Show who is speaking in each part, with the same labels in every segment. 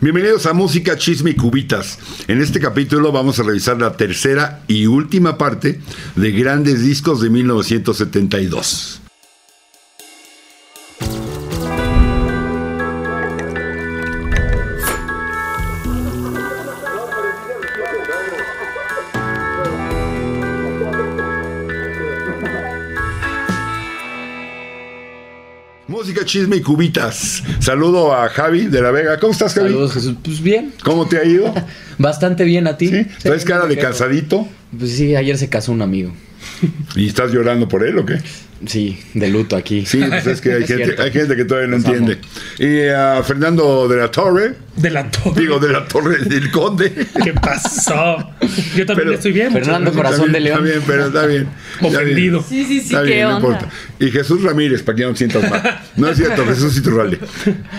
Speaker 1: Bienvenidos a Música, Chisme y Cubitas. En este capítulo vamos a revisar la tercera y última parte de Grandes Discos de 1972. Música, chisme y cubitas. Saludo a Javi de la Vega. ¿Cómo estás, Javi?
Speaker 2: Saludos, Jesús. Pues bien,
Speaker 1: ¿Cómo te ha ido?
Speaker 2: bastante bien a ti.
Speaker 1: ¿Sí? ¿Traes
Speaker 2: Sí,
Speaker 1: cara de
Speaker 2: ok.
Speaker 1: casadito?
Speaker 2: Pues sí, ayer se casó un amigo.
Speaker 1: ¿Y estás llorando por él o qué?
Speaker 2: Sí, de luto aquí.
Speaker 1: Sí, pues es que hay,
Speaker 2: Es
Speaker 1: gente,
Speaker 2: cierto.
Speaker 1: hay gente que todavía no
Speaker 2: Los amo.
Speaker 1: entiende. Y a Fernando de la Torre,
Speaker 3: De la torre.
Speaker 1: digo de la Torre del Conde.
Speaker 3: ¿Qué pasó? Yo también
Speaker 1: Pero-
Speaker 3: estoy bien. muchas
Speaker 2: Fernando
Speaker 3: gracias.
Speaker 2: Corazón de
Speaker 1: Está
Speaker 2: León.
Speaker 1: bien, pero está bien. Está bien.
Speaker 3: Ofendido.
Speaker 4: Sí, sí, sí,
Speaker 1: Está
Speaker 4: qué
Speaker 1: bien, no
Speaker 4: onda.
Speaker 1: importa. Y Jesús Ramírez, para que ya no te sientas mal. No es cierto, Jesús Iturralde.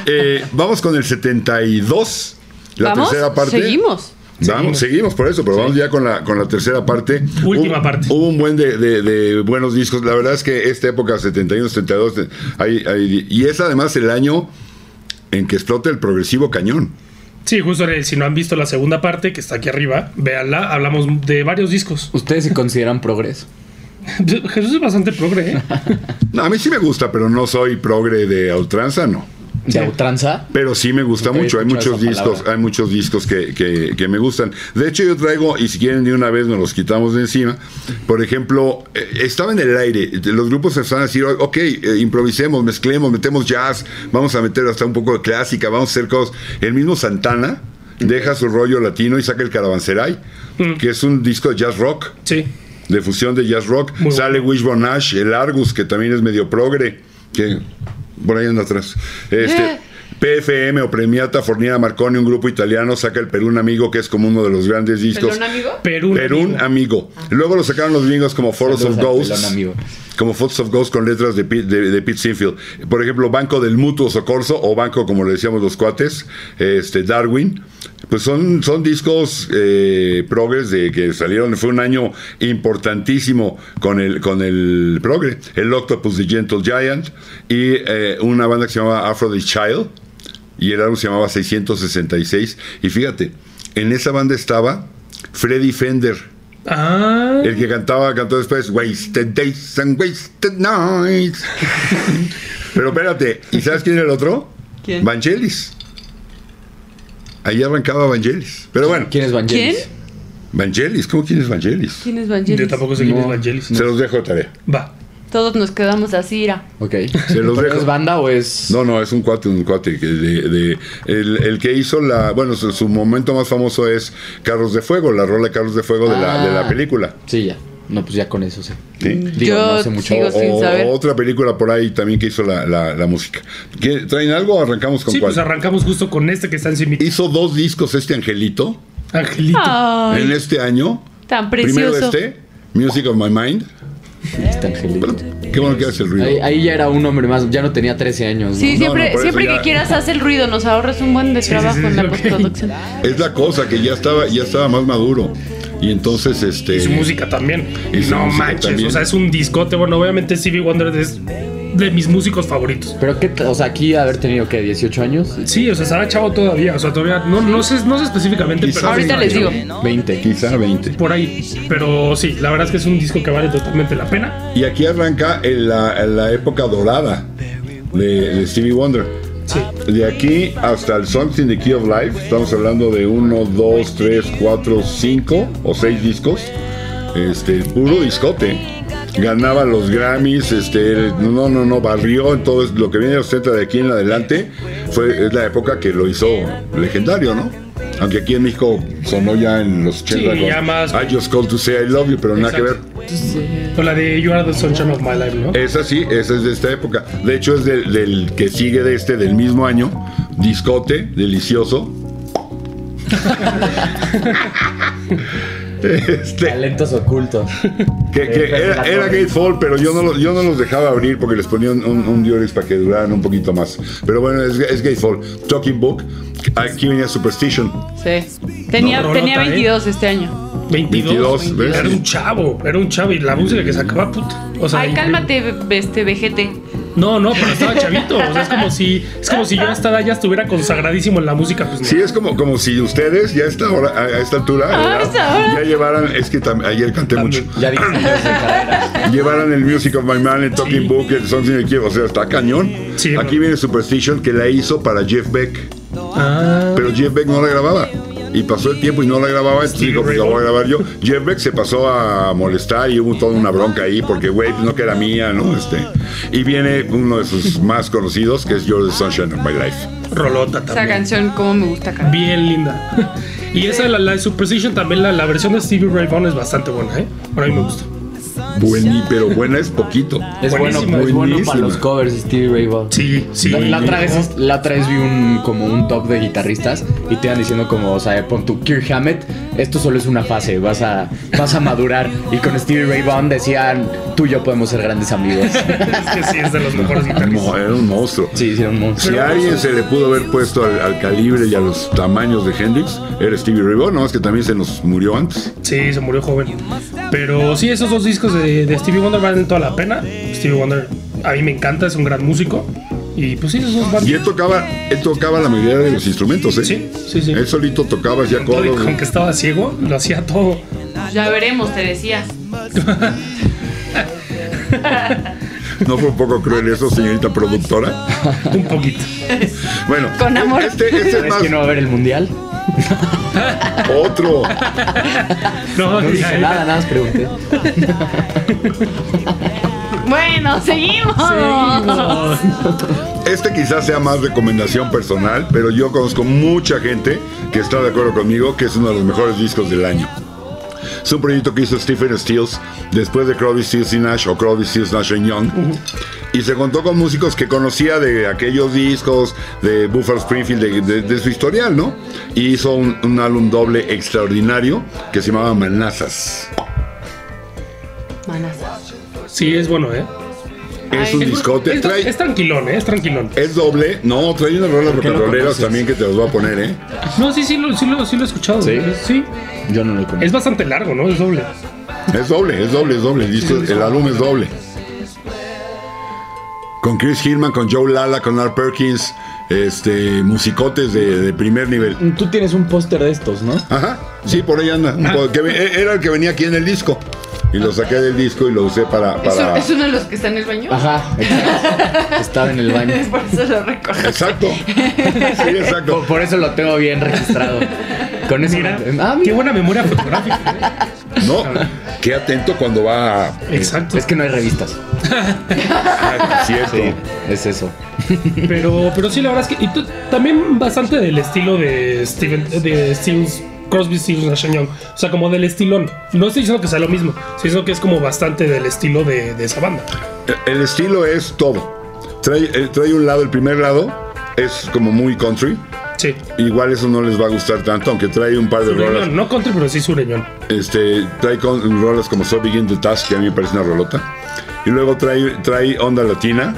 Speaker 1: Eh, vamos con el 72, la
Speaker 4: ¿Vamos?
Speaker 1: tercera parte.
Speaker 4: Seguimos.
Speaker 1: Vamos, seguimos. por eso, pero vamos ya con la, con la tercera parte.
Speaker 3: Última
Speaker 1: Hubo-
Speaker 3: parte.
Speaker 1: Hubo un buen de, de- de buenos discos. La verdad es que esta época, 71, 72, de- hay- hay- y es además el año en que explota el progresivo cañón.
Speaker 3: Sí, justo eh, si no han visto la segunda parte, que está aquí arriba, véanla. Hablamos de varios discos.
Speaker 2: ¿Ustedes se consideran progreso?
Speaker 3: Jesús es bastante progre, ¿eh?
Speaker 1: No, a mí sí me gusta, pero no soy progre de a ultranza, no.
Speaker 2: ¿De
Speaker 3: Sí.
Speaker 2: ultranza?
Speaker 1: Pero sí me gusta
Speaker 2: Nunca
Speaker 1: mucho,
Speaker 2: había
Speaker 1: hay
Speaker 2: escuchado
Speaker 1: muchos
Speaker 2: esa
Speaker 1: discos,
Speaker 2: palabra.
Speaker 1: hay muchos discos que, que- que me gustan. De hecho, yo traigo, y si quieren de una vez nos los quitamos de encima, por ejemplo, eh, estaba en el aire, los grupos se están a decir, ok, eh, improvisemos, mezclemos, metemos jazz, vamos a meter hasta un poco de clásica, vamos a hacer cosas. El mismo Santana deja su rollo latino y saca el Caravanserai,
Speaker 2: Mm.
Speaker 1: que es un disco de jazz rock
Speaker 3: Sí.
Speaker 1: de fusión de jazz rock.
Speaker 3: Muy
Speaker 1: Sale Wishbone Ash, el Argus, que también es medio progre, que por ahí anda atrás. Este,
Speaker 4: Eh.
Speaker 1: PFM o Premiata Fornida Marconi, un grupo italiano, saca el Perún Amigo, que es como uno de los grandes discos.
Speaker 4: ¿Pelón amigo? Ah.
Speaker 3: Perú.
Speaker 1: Perún Amigo. Luego lo sacaron los gringos como Photos of
Speaker 2: Saludos al
Speaker 1: Ghosts.
Speaker 2: pelón amigo.
Speaker 1: Como Photos of Ghosts con letras de Pete, de, de Pete Sinfield. Por ejemplo, Banco del Mutuo Socorso o Banco, como le decíamos los cuates, este, Darwin. Pues son, son discos eh, progres de que salieron. Fue un año importantísimo con el, con el progre. El Octopus de Gentle Giant y eh, una banda que se llamaba Afro the Child. Y el álbum se llamaba 666. Y fíjate, en esa banda estaba Freddy Fender.
Speaker 3: Ah.
Speaker 1: El que cantaba, cantó después Wasted Days and Wasted Nights. Pero espérate, ¿y sabes quién era el otro?
Speaker 4: ¿Quién?
Speaker 1: Vangelis. Ahí arrancaba Vangelis. Pero bueno,
Speaker 2: ¿Quién es Vangelis?
Speaker 1: Vangelis, ¿cómo quién es Vangelis?
Speaker 4: ¿Quién es
Speaker 3: Yo
Speaker 4: Vangelis?
Speaker 3: tampoco sé quién
Speaker 2: No.
Speaker 3: es Vangelis.
Speaker 1: Se los dejo de tarea.
Speaker 3: Va.
Speaker 4: Todos nos quedamos así, ira.
Speaker 2: Ok.
Speaker 1: Se los
Speaker 2: ¿Pero
Speaker 1: dejo.
Speaker 2: ¿Es banda o es.?
Speaker 1: No, no, es un cuate, un cuate. que de- de- el, el que hizo la. Bueno, su, su momento más famoso es Carros de Fuego, la rola de Carros de Fuego de, la, de la
Speaker 2: Ah.
Speaker 1: película.
Speaker 2: Sí, ya. No, pues ya con eso sé.
Speaker 1: ¿sí?
Speaker 2: Digo,
Speaker 4: Yo
Speaker 2: no sé mucho.
Speaker 4: sigo
Speaker 1: O-
Speaker 4: sin
Speaker 1: o
Speaker 4: saber.
Speaker 1: otra película por ahí también que hizo la, la- la música. ¿Qué- ¿Traen algo o arrancamos con
Speaker 3: Sí,
Speaker 1: cuál?
Speaker 3: pues arrancamos justo con este que está encima.
Speaker 1: Hizo dos discos este angelito
Speaker 3: Angelito.
Speaker 4: Ay,
Speaker 1: en este año.
Speaker 4: tan
Speaker 1: Primero
Speaker 4: precioso.
Speaker 1: este, Music of My Mind.
Speaker 2: Este angelito.
Speaker 1: Qué bueno que hace el
Speaker 2: Ahí,
Speaker 1: ruido.
Speaker 2: ahí ya era un hombre más. Ya no tenía 13 años. ¿no?
Speaker 4: Sí,
Speaker 1: No, no,
Speaker 4: siempre,
Speaker 1: por eso
Speaker 4: siempre
Speaker 1: ya-
Speaker 4: que quieras haz el ruido, nos ahorras un buen de
Speaker 3: sí,
Speaker 4: trabajo
Speaker 3: sí,
Speaker 4: en la
Speaker 3: ok. Ah,
Speaker 4: postproducción.
Speaker 1: Es la cosa que ya estaba, ya estaba más maduro. Y entonces este.
Speaker 3: Y su música también.
Speaker 1: Y su
Speaker 3: no
Speaker 1: música
Speaker 3: manches,
Speaker 1: también.
Speaker 3: o sea, es un discote. Bueno, obviamente Stevie Wonder es de mis músicos favoritos.
Speaker 2: Pero qué. t- O sea, aquí haber tenido que 18 años.
Speaker 3: Sí, o sea, estaba chavo todavía. O sea, todavía. No, no, sé, no sé específicamente,
Speaker 1: Quizá
Speaker 3: pero.
Speaker 4: Ahorita
Speaker 1: sí,
Speaker 4: les digo.
Speaker 2: 20.
Speaker 1: Quizá 20.
Speaker 3: Por ahí. Pero sí, la verdad es que es un disco que vale totalmente la pena.
Speaker 1: Y aquí arranca en la, en la época dorada de, de Stevie Wonder.
Speaker 3: Sí.
Speaker 1: De aquí hasta el Songs in the Key of Life, estamos hablando de 1, 2, 3, 4, 5 o 6 discos. Este, puro discote. Ganaba los Grammys, este, el- no, no, no, barrió. Entonces, lo que viene de los 70 de aquí en adelante fue, es la época que lo hizo legendario, ¿no? Aunque aquí en México sonó ya en los 80
Speaker 3: Sí,
Speaker 1: con
Speaker 3: ya más-
Speaker 1: I just called to say I love you, pero nada que ver.
Speaker 3: Exacto. O la de You Are the Sunshine of My Life, ¿no?
Speaker 1: Esa sí, esa es de esta época. De hecho, es del, del que sigue de este, del mismo año. Discote, delicioso. este,
Speaker 2: Talentos ocultos.
Speaker 1: que, que era, era Gatefall, pero yo no, lo- yo no los dejaba abrir porque les ponía un, un, un Durex para que duraran un poquito más. Pero bueno, es, es Gatefall. Talking Book, aquí venía Superstition.
Speaker 4: Sí. Tenía,
Speaker 3: No, no,
Speaker 4: tenía
Speaker 3: no, ¿eh?
Speaker 4: 22 este año.
Speaker 3: 22.
Speaker 1: 22, ¿ves?
Speaker 3: Era un chavo, era un chavo y la música que sacaba, puta. O sea,
Speaker 4: Ay,
Speaker 3: increíble.
Speaker 4: cálmate, este vejete.
Speaker 3: No, no, pero estaba chavito. O sea, es como si, es como si yo a esta edad ya estuviera consagradísimo en la música. Pues no.
Speaker 1: Sí, es como, como si ustedes ya a esta, hora, a a esta altura
Speaker 4: Ah,
Speaker 1: ¿verdad?
Speaker 4: esta hora.
Speaker 1: ya llevaran, es que tam- ayer canté mucho,
Speaker 3: También.
Speaker 2: Ya dije, ya sé, carrera.
Speaker 1: llevaran el Music of My Man, el Talking Book, el Songs in the Key, o sea, está cañón.
Speaker 3: Sí,
Speaker 1: Aquí
Speaker 3: no.
Speaker 1: viene Superstition que la hizo para Jeff Beck,
Speaker 3: Ah,
Speaker 1: pero Jeff Beck no la grababa. Y pasó el tiempo y no la grababa, entonces
Speaker 3: Stevie
Speaker 1: dijo, pues
Speaker 3: Ray
Speaker 1: la voy a
Speaker 3: Vaughan.
Speaker 1: grabar yo. Jeff Beck se pasó a molestar y hubo toda una bronca ahí porque, güey, pues, no que era mía, ¿no? Este, y viene uno de sus más conocidos, que es Your Sunshine of My Life.
Speaker 3: rolota
Speaker 4: Esa
Speaker 3: también.
Speaker 4: canción, como me gusta, cara.
Speaker 3: Bien linda. Y esa, la, la de Superstition, también la, la versión de Stevie Ray Vaughan es bastante buena, ¿eh? Bueno, a mí me gusta.
Speaker 1: Bueni, pero buena es poquito.
Speaker 2: Es bueno,
Speaker 3: Buenísima,
Speaker 2: es bueno para
Speaker 1: buenísima.
Speaker 2: los covers, Stevie Ray Vaughan.
Speaker 3: Sí, sí.
Speaker 2: La- La otra vez, la otra vez vi un, como un top de guitarristas y te iban diciendo como, o sea, pon tu Kirk Hammett, esto solo es una fase, vas a, vas a madurar. Y con Stevie Ray Vaughan decían, tú y yo podemos ser grandes amigos.
Speaker 3: Es que sí, es de los mejores guitarristas.
Speaker 1: No, era un monstruo.
Speaker 2: Sí, hicieron un
Speaker 1: Si a alguien se le pudo haber puesto al, al calibre y a los tamaños de Hendrix, era Stevie Ray Vaughan, nomás que también se nos murió antes.
Speaker 3: Sí, se murió joven. Pero sí, esos dos discos de, de Stevie Wonder valen toda la pena. Stevie Wonder a mí me encanta, es un gran músico. Y pues sí, esos dos van
Speaker 1: Y él tocaba, él tocaba la mayoría de los instrumentos, ¿eh?
Speaker 3: Sí, sí, sí.
Speaker 1: Él solito tocaba, hacía
Speaker 3: Todo y
Speaker 1: codos.
Speaker 3: con que estaba ciego, lo hacía todo.
Speaker 4: Ya veremos, te decía.
Speaker 1: No fue un poco cruel eso, señorita productora.
Speaker 3: Un poquito.
Speaker 1: Bueno,
Speaker 4: Con amor.
Speaker 1: este, este es
Speaker 2: ¿Sabes
Speaker 1: más
Speaker 2: que no va a ver el mundial?
Speaker 1: otro.
Speaker 2: No
Speaker 3: No, ya,
Speaker 2: dije
Speaker 3: ya.
Speaker 2: nada, nada más pregunté.
Speaker 4: Bueno, seguimos.
Speaker 3: Seguimos.
Speaker 1: Este quizás sea más recomendación personal, pero yo conozco mucha gente que está de acuerdo conmigo que es uno de los mejores discos del año. Es un proyecto que hizo Stephen Stills después de Crosby, Stills y Nash o Crosby, Stills, Nash and Young. Y se contó con músicos que conocía de aquellos discos de Buffalo Springfield, de, de- de su historial, ¿no? Y hizo un, un álbum doble extraordinario que se llamaba Manazas.
Speaker 4: Manazas.
Speaker 3: Sí, es bueno, ¿eh.
Speaker 1: Es
Speaker 4: Ay,
Speaker 1: un
Speaker 4: es-
Speaker 1: discote.
Speaker 3: Es,
Speaker 1: Trae,
Speaker 3: es tranquilón, ¿eh? Es tranquilón.
Speaker 1: es doble. No, trae unas rolas
Speaker 2: ¿Por qué lo
Speaker 1: petroleras
Speaker 2: conoces?
Speaker 1: también que te las voy a poner, ¿eh?
Speaker 3: No, sí, sí, lo, sí, lo, sí lo he escuchado.
Speaker 2: ¿Sí?
Speaker 3: Sí.
Speaker 2: Yo no lo conozco.
Speaker 3: Es bastante largo, ¿no? Es doble.
Speaker 1: Es doble, es doble, es doble. El, disco- el álbum es doble. Con Chris Hillman, con Joe Lala, con Art Perkins, este, musicotes de, de primer nivel.
Speaker 2: Tú tienes un póster de estos, ¿no?
Speaker 1: Ajá, sí, por ahí anda. Un po- que ve- e- era el que venía aquí en el disco. Y lo saqué del disco y lo usé para.
Speaker 4: ¿Es, un-
Speaker 1: para...
Speaker 4: es uno de los que está en el baño?
Speaker 2: Ajá, exacto. Estaba en el baño.
Speaker 4: Por eso lo recuerdo.
Speaker 1: Exacto. Sí, exacto.
Speaker 2: Por, por eso lo tengo bien registrado. Con eso.
Speaker 3: Mira,
Speaker 2: Ah,
Speaker 3: qué
Speaker 2: mira.
Speaker 3: buena memoria fotográfica. ¿eh?
Speaker 1: No, qué atento cuando va. a-
Speaker 3: Exacto.
Speaker 2: Es que no hay revistas.
Speaker 1: Ah, cierto.
Speaker 2: Es eso.
Speaker 3: Pero, pero sí, la verdad es que. Y tú- también bastante del estilo de Steven, de Stills, Crosby, Stills, Nash and Young. O sea, como del estilón. No estoy diciendo que sea lo mismo, sino que es como bastante del estilo de, de esa banda.
Speaker 1: El estilo es todo. Trae, eh, trae un lado, el primer lado es como muy country.
Speaker 3: Sí.
Speaker 1: Igual eso no les va a gustar tanto, aunque trae un par de rolas.
Speaker 3: Sureñón, no country, pero sí sureñón.
Speaker 1: Este, trae con, rolas como So Begin the Task, que a mí me parece una rolota. Y luego trae, trae Onda Latina.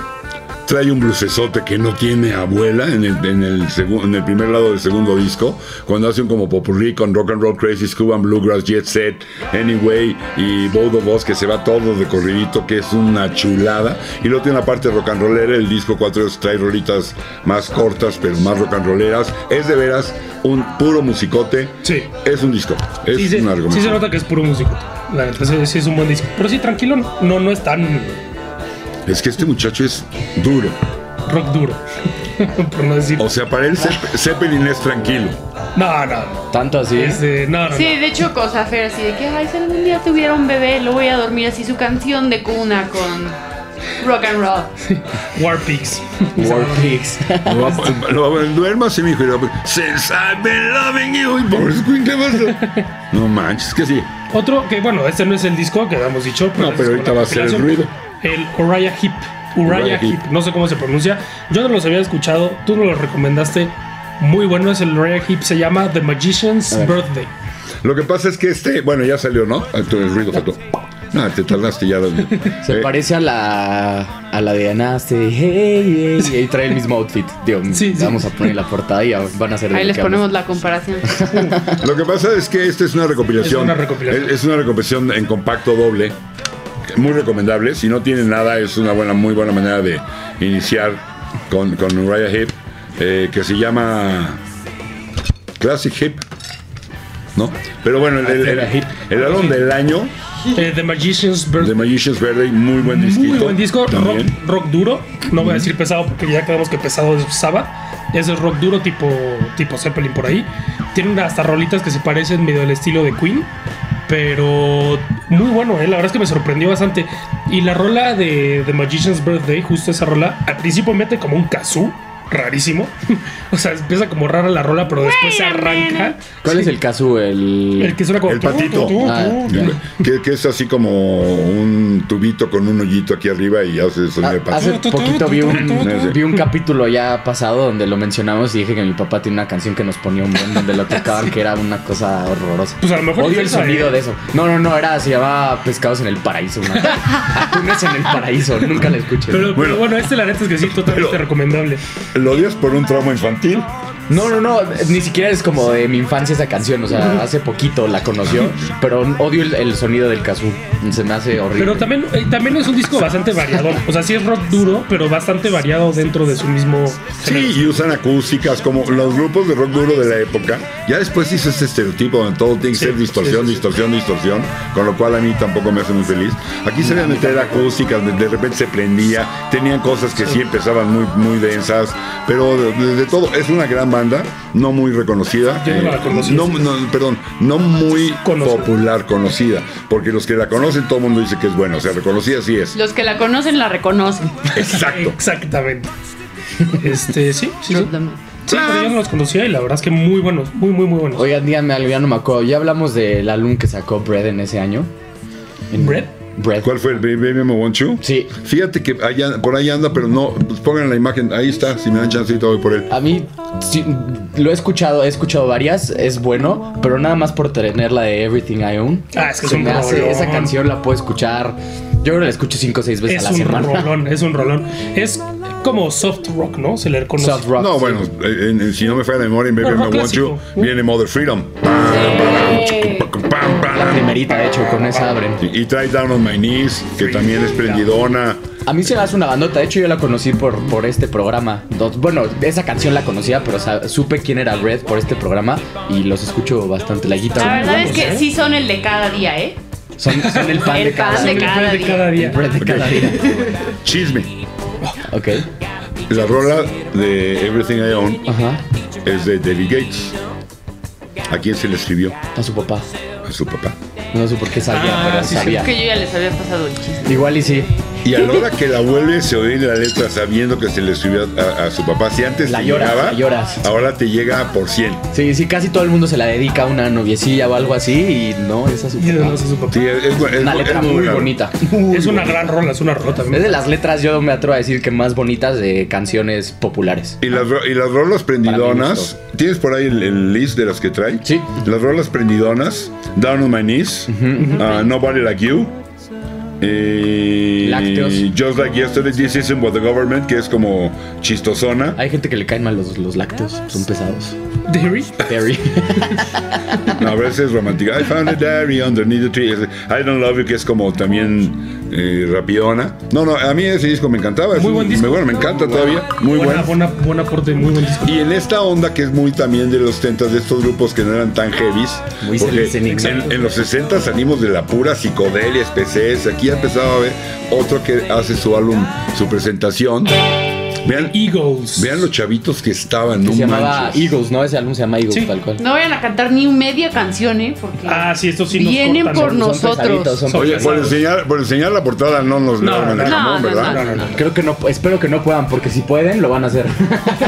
Speaker 1: Trae un blusesote que no tiene abuela en el, en, el segu- en el primer lado del segundo disco, cuando hace un como popurrí con Rock and Roll Crazy, Cuban Bluegrass, Jet Set, Anyway y Both of Us, que se va todo de corridito, que es una chulada. Y luego tiene la parte rock and rollera, el disco 4 trae rolitas más cortas, pero más rock and rolleras. Es de veras un puro musicote.
Speaker 3: Sí.
Speaker 1: Es un disco, es
Speaker 3: Sí, se,
Speaker 1: un argumento.
Speaker 3: sí se nota que es puro músico. La neta, sí, sí es un buen disco. Pero sí, tranquilo, no, no es tan
Speaker 1: Es que este muchacho es duro.
Speaker 3: rock duro. por no decir.
Speaker 1: O sea, para él Zepp- Zeppelin es tranquilo.
Speaker 3: No, no.
Speaker 2: Tanto así.
Speaker 3: Es de. No, no,
Speaker 4: Sí, de hecho, cosa Fer, así de que, ay, si algún día tuviera un bebé, lo voy a dormir así su canción de cuna con rock and roll.
Speaker 3: no. War Pigs.
Speaker 2: War Pigs.
Speaker 1: Lo va, a- lo va, a- duérmase, mijo. y lo va a- Since I've been loving you. Y por eso, ¿qué pasa? No manches, que sí.
Speaker 3: Otro que, bueno, este no es el disco que habíamos dicho.
Speaker 1: No,
Speaker 3: es
Speaker 1: pero
Speaker 3: con
Speaker 1: ahorita
Speaker 3: la
Speaker 1: va a ser el
Speaker 3: compilación. El Uriah Heep. Uriah,
Speaker 1: Uriah
Speaker 3: Heep.
Speaker 1: Heep.
Speaker 3: No sé cómo se pronuncia. Yo no los había escuchado. Tú no los recomendaste. Muy bueno es el Uriah Heep. Se llama The Magician's Birthday.
Speaker 1: Lo que pasa es que este, bueno, ya salió, ¿no? Ah, tú, El ruido faltó. No, te tardaste ya.
Speaker 2: Se
Speaker 1: Eh,
Speaker 2: parece a la, a la de Anaste. Hey, hey, hey. Y trae el mismo outfit. Digo,
Speaker 3: Sí, sí.
Speaker 2: vamos a poner la portada y van a hacer. de
Speaker 4: Ahí
Speaker 2: lo
Speaker 4: les
Speaker 2: que hablamos.
Speaker 4: ponemos la comparación.
Speaker 1: Lo que pasa es que esta es una recopilación.
Speaker 3: Es una recopilación.
Speaker 1: Es- es una recopilación en compacto doble. Muy recomendable. Si no tienen nada, es una buena, muy buena manera de, iniciar con, con Uriah Heep, eh, que se llama Classic Hip. ¿No? Pero bueno, el, el- el-
Speaker 2: Uriah Heep.
Speaker 1: el álbum del año
Speaker 3: Eh, The Magician's
Speaker 1: de
Speaker 3: Birthday.
Speaker 1: Magician's Verde, muy buen disco.
Speaker 3: Muy buen disco, rock,
Speaker 1: También.
Speaker 3: rock duro. No voy a decir pesado porque ya quedamos que pesado es Saba. Ese es rock duro tipo, tipo Zeppelin por ahí. Tiene unas hasta rolitas que se parecen medio al estilo de Queen. Pero muy bueno, eh, la verdad es que me sorprendió bastante. Y la rola de The Magician's Birthday, justo esa rola, al principio mete como un kazoo. Rarísimo. o sea, empieza como rara la rola, pero después se
Speaker 4: Wait a
Speaker 3: arranca.
Speaker 4: minute.
Speaker 2: ¿Cuál es el caso? El...
Speaker 3: El que suena como
Speaker 1: El
Speaker 3: tu, tu,
Speaker 1: patito.
Speaker 3: tu, tu,
Speaker 2: Ah,
Speaker 3: tu.
Speaker 2: ya.
Speaker 1: Que, que es así como un tubito con un hoyito aquí arriba y hace el sonido
Speaker 2: Ah,
Speaker 1: de pato.
Speaker 2: Hace poquito vi un,
Speaker 1: tu.
Speaker 2: vi un capítulo ya pasado donde lo mencionamos y dije que mi papá tiene una canción que nos ponía un buen donde lo tocaban que era una cosa horrorosa.
Speaker 3: Pues a lo mejor
Speaker 2: Odio
Speaker 3: es
Speaker 2: el
Speaker 3: esa,
Speaker 2: sonido
Speaker 3: ¿eh?
Speaker 2: de eso. No, no, no, era, se llamaba Pescados en el Paraíso. una- Atunes en el Paraíso, nunca la escuché.
Speaker 3: Pero, pero
Speaker 1: Bueno.
Speaker 3: bueno. este la neta es que sí, totalmente
Speaker 1: Pero-
Speaker 3: recomendable.
Speaker 1: ¿Lo odias por un trauma infantil?
Speaker 2: No, no, no, ni siquiera es como de mi infancia esa canción, o sea, hace poquito la conoció, pero odio el, el sonido del kazoo, se me hace horrible.
Speaker 3: Pero también, eh, también es un disco bastante variado. O sea, sí es rock duro, pero bastante variado dentro de su mismo.
Speaker 1: Sí, y usan acústicas como los grupos de rock duro de la época. Ya después hizo este estereotipo donde todo tiene que
Speaker 3: Sí,
Speaker 1: ser distorsión,
Speaker 3: sí, sí, sí.
Speaker 1: distorsión, distorsión, con lo cual a mí tampoco me hace muy feliz. Aquí se deben meter acústicas, de- de repente se prendía, tenían cosas que sí empezaban muy, muy densas, pero de, de- de todo, es una gran banda, no muy reconocida. Eh,
Speaker 3: Yo no la conocí.
Speaker 1: no, no, perdón, no muy
Speaker 3: Conocida.
Speaker 1: popular, conocida, porque los que la conocen todo el mundo dice que es buena, o sea, reconocida sí es.
Speaker 4: Los que la conocen la reconocen.
Speaker 1: Exacto.
Speaker 3: Exactamente. Este, sí, sí. sí.
Speaker 4: Drop the mic.
Speaker 3: Sí, pero yo no los conocía y la verdad es que muy buenos, muy, muy, muy buenos.
Speaker 2: Oigan, díganme algo, ya no me acuerdo, ya hablamos del álbum que sacó Bread en ese año. En-
Speaker 3: ¿Bread?
Speaker 2: Bread.
Speaker 1: ¿Cuál fue el Baby Memo Want You?
Speaker 2: Sí.
Speaker 1: Fíjate que allá, por ahí anda, pero no, pues pongan la imagen, ahí está, si me dan chance ahorita voy por él.
Speaker 2: A mí sí, lo he escuchado, he escuchado varias, es bueno, pero nada más por tener la de Everything I Own.
Speaker 3: Ah, es que es
Speaker 2: Se
Speaker 3: un
Speaker 2: me hace-
Speaker 3: rolón.
Speaker 2: esa canción la puedo escuchar. Yo creo que la escucho cinco o seis veces
Speaker 3: Es
Speaker 2: pues, a la
Speaker 3: un
Speaker 2: semana.
Speaker 3: rolón, es un rolón. Es como soft rock, ¿no? Se le reconoce.
Speaker 2: Soft rock.
Speaker 1: No,
Speaker 2: sí.
Speaker 1: bueno, eh, en- en- si no me falla la memoria, en Baby
Speaker 3: No,
Speaker 1: Memo
Speaker 3: rock
Speaker 1: Want You
Speaker 3: clásico.
Speaker 1: viene Mother Freedom.
Speaker 4: Sí.
Speaker 1: Pam,
Speaker 2: La
Speaker 1: pam.
Speaker 2: primerita, de hecho, con esa abren.
Speaker 1: Y, y Try Down on My Knees, que también es prendidona.
Speaker 2: A mí se me hace una bandota. De hecho, yo la conocí por, por este programa. Dos- Bueno, esa canción la conocía, pero sa- supe quién era Red por este programa y los escucho bastante. La
Speaker 4: La
Speaker 2: guitarra.
Speaker 4: verdad es que sí son el de cada día, ¿eh?
Speaker 2: Son, son el pan
Speaker 4: El
Speaker 2: de cada
Speaker 4: pan de
Speaker 2: día.
Speaker 4: cada
Speaker 3: de
Speaker 4: día.
Speaker 3: cada
Speaker 2: El
Speaker 3: día.
Speaker 2: bread de cada día.
Speaker 1: Chisme.
Speaker 2: Ok.
Speaker 1: La rola de Everything I Own
Speaker 2: Ajá.
Speaker 1: es de David Gates. ¿A quién se le escribió?
Speaker 2: A su papá.
Speaker 1: A su papá.
Speaker 2: No sé por qué sabía,
Speaker 3: Ah,
Speaker 2: pero
Speaker 3: sí, sí.
Speaker 2: sabía.
Speaker 4: Es que yo ya les había pasado el chiste.
Speaker 2: Igual y sí.
Speaker 1: Y a la hora que la vuelves a oír la letra sabiendo que se le subió a, a su papá, si antes
Speaker 2: La
Speaker 1: te
Speaker 2: lloras,
Speaker 1: llegaba,
Speaker 2: la lloras.
Speaker 1: ahora te llega por 100.
Speaker 2: Sí, sí, casi todo el mundo se la dedica a una noviecilla o algo así y no, esa es su
Speaker 3: Y de
Speaker 2: papá.
Speaker 3: los de su papá.
Speaker 1: Sí, es, es- es-
Speaker 2: Una
Speaker 1: es
Speaker 2: letra
Speaker 1: muy
Speaker 2: muy
Speaker 1: raro.
Speaker 2: bonita.
Speaker 3: es una gran rola, es una rola
Speaker 2: Es
Speaker 3: también.
Speaker 2: de las letras, yo me atrevo a decir que más bonitas de canciones populares.
Speaker 1: Y las, ro- y las rolas prendidonas,
Speaker 2: Para
Speaker 1: ¿tienes por ahí el, el list de las que trae?
Speaker 2: Sí.
Speaker 1: Las rolas prendidonas, Down on My Knees, uh, Nobody Like You, eh,
Speaker 2: Lácteos.
Speaker 1: Just Like Yesterday, This Isn't What The Government, que es como chistosona.
Speaker 2: Hay gente que le caen mal los, los lácteos, son pesados.
Speaker 3: Dairy.
Speaker 2: Terry.
Speaker 1: A veces romántica. I found a diary underneath the tree. I don't love you, que es como también eh, rapidona. No, no, a mí ese disco me encantaba. Es
Speaker 3: Muy
Speaker 1: un-
Speaker 3: buen disco.
Speaker 1: Me, bueno, me encanta todavía. Muy
Speaker 3: buena,
Speaker 1: bueno.
Speaker 3: buena, buen aporte, muy buen disco.
Speaker 1: Y en esta onda que es muy también de los tentas, de estos grupos que no eran tan heavies.
Speaker 2: Muy
Speaker 1: porque
Speaker 2: cenicenic.
Speaker 1: en, en los 60 salimos de la pura psicodelia, especies. Aquí ya empezaba a ver otro que hace su álbum, su presentación. Vean,
Speaker 3: Eagles.
Speaker 1: vean los chavitos que estaban, no
Speaker 2: se llamaba
Speaker 1: manches.
Speaker 2: Eagles, ¿no? Ese álbum se llama Eagles,
Speaker 3: Sí.
Speaker 2: tal cual.
Speaker 4: No vayan a cantar ni media canción, ¿eh? Porque
Speaker 3: Ah, sí, esto sí nos
Speaker 4: vienen
Speaker 3: cortan,
Speaker 4: por
Speaker 3: ¿no?
Speaker 2: Son
Speaker 4: nosotros.
Speaker 2: pesaditos, son
Speaker 1: Oye,
Speaker 2: pesados.
Speaker 1: por enseñar, por enseñar la portada no nos
Speaker 3: No,
Speaker 1: daban el
Speaker 3: no,
Speaker 4: no,
Speaker 1: jamón,
Speaker 4: no,
Speaker 1: ¿verdad?
Speaker 4: no,
Speaker 3: No, no, no.
Speaker 2: Creo que no, espero que no puedan, porque si pueden, lo van a hacer.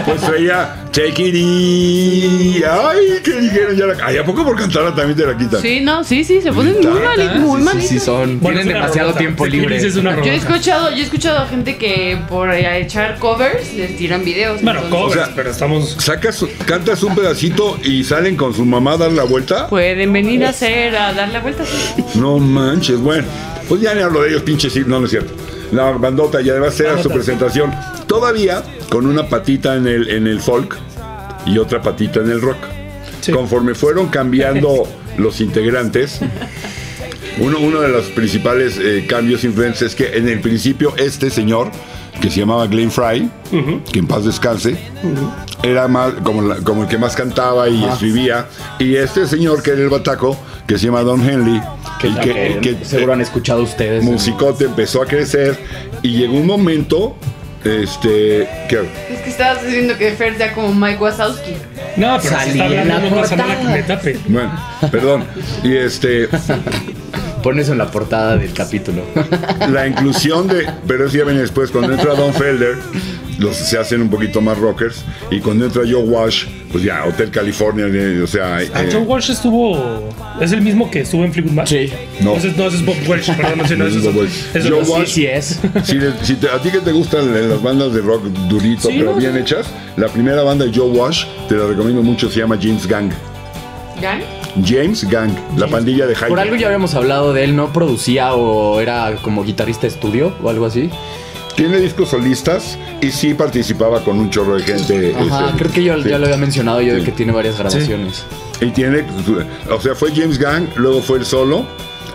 Speaker 1: Pues traía Take It Easy. Ay, que dijeron ya la. Ay, ¿a poco por cantarla también te la quitan?
Speaker 4: Sí, no, sí, sí, se ponen muy mal, muy
Speaker 2: Sí,
Speaker 4: mal.
Speaker 2: sí, sí, son.
Speaker 3: Bueno, es
Speaker 2: Tienen
Speaker 3: una
Speaker 2: demasiado
Speaker 3: rolota.
Speaker 2: tiempo
Speaker 3: Sí,
Speaker 2: libre.
Speaker 3: Eagles es una
Speaker 4: Yo he
Speaker 3: rolota.
Speaker 4: escuchado, yo he escuchado a gente que por eh, echar covers les tiran videos.
Speaker 3: Bueno,
Speaker 4: entonces-
Speaker 3: covers,
Speaker 1: O sea,
Speaker 3: pero estamos.
Speaker 1: Sacas, cantas un pedacito y salen con su mamá a dar la vuelta.
Speaker 4: Pueden venir a hacer, a dar la vuelta. sí.
Speaker 1: No manches, bueno. Pues ya ni hablo de ellos, pinches. sí, No, no es cierto. La bandota, y además era su
Speaker 3: Bandota.
Speaker 1: presentación. Todavía con una patita en el, en el folk y otra patita en el rock.
Speaker 3: Sí.
Speaker 1: Conforme fueron cambiando los integrantes, Uno, uno de los principales eh, cambios influencia es que en el principio este señor, que se llamaba Glenn Fry, que en paz descanse, era más como, la- como el que más cantaba y escribía. Y este señor que era el bataco, que se llama Don Henley,
Speaker 2: Que,
Speaker 1: y que-
Speaker 2: que
Speaker 1: que- eh,
Speaker 2: seguro han escuchado ustedes.
Speaker 1: musicote empezó a crecer y llegó un momento este que
Speaker 4: Es que estabas diciendo que Fer sea como Mike Wazowski.
Speaker 3: No, pero si está
Speaker 2: Salí en la
Speaker 3: hablando, no pasa nada que
Speaker 2: portada.
Speaker 3: me tape.
Speaker 1: bueno perdón y este
Speaker 2: Pones en la portada del capítulo.
Speaker 1: la inclusión de pero eso ya viene después cuando entra Don Felder los se hacen un poquito más rockers y cuando entra Joe Wash pues ya Hotel California eh, o sea
Speaker 3: Ah,
Speaker 1: eh,
Speaker 3: John Walsh estuvo. Es el mismo que estuvo en Fleetwood Mac.
Speaker 2: Sí.
Speaker 1: No.
Speaker 3: No. Entonces, no, ese es Bob Welsh, perdón, no, sí, no,
Speaker 1: No,
Speaker 3: ese
Speaker 1: es Bob
Speaker 3: es otro.
Speaker 1: Welsh.
Speaker 3: Ese es
Speaker 1: Yo
Speaker 3: otro.
Speaker 1: Walsh.
Speaker 2: sí, sí es.
Speaker 1: si, le- si te- a ti que te gustan la- las bandas de rock durito
Speaker 3: Sí,
Speaker 1: pero
Speaker 3: no,
Speaker 1: bien
Speaker 3: sí.
Speaker 1: hechas la primera banda de Joe Wash te la recomiendo mucho se llama James Gang
Speaker 4: ¿Gan?
Speaker 1: James Gang la pandilla de Jaime
Speaker 2: Por algo ya habíamos hablado de él, ¿no? Producía o era como guitarrista estudio o algo así.
Speaker 1: Tiene discos solistas y sí participaba con un chorro de gente.
Speaker 2: Ajá,
Speaker 1: este,
Speaker 2: creo que yo
Speaker 1: sí.
Speaker 2: ya lo había mencionado yo
Speaker 1: Sí.
Speaker 2: de que tiene varias grabaciones.
Speaker 1: Y tiene, o sea, fue James Gang, luego fue el solo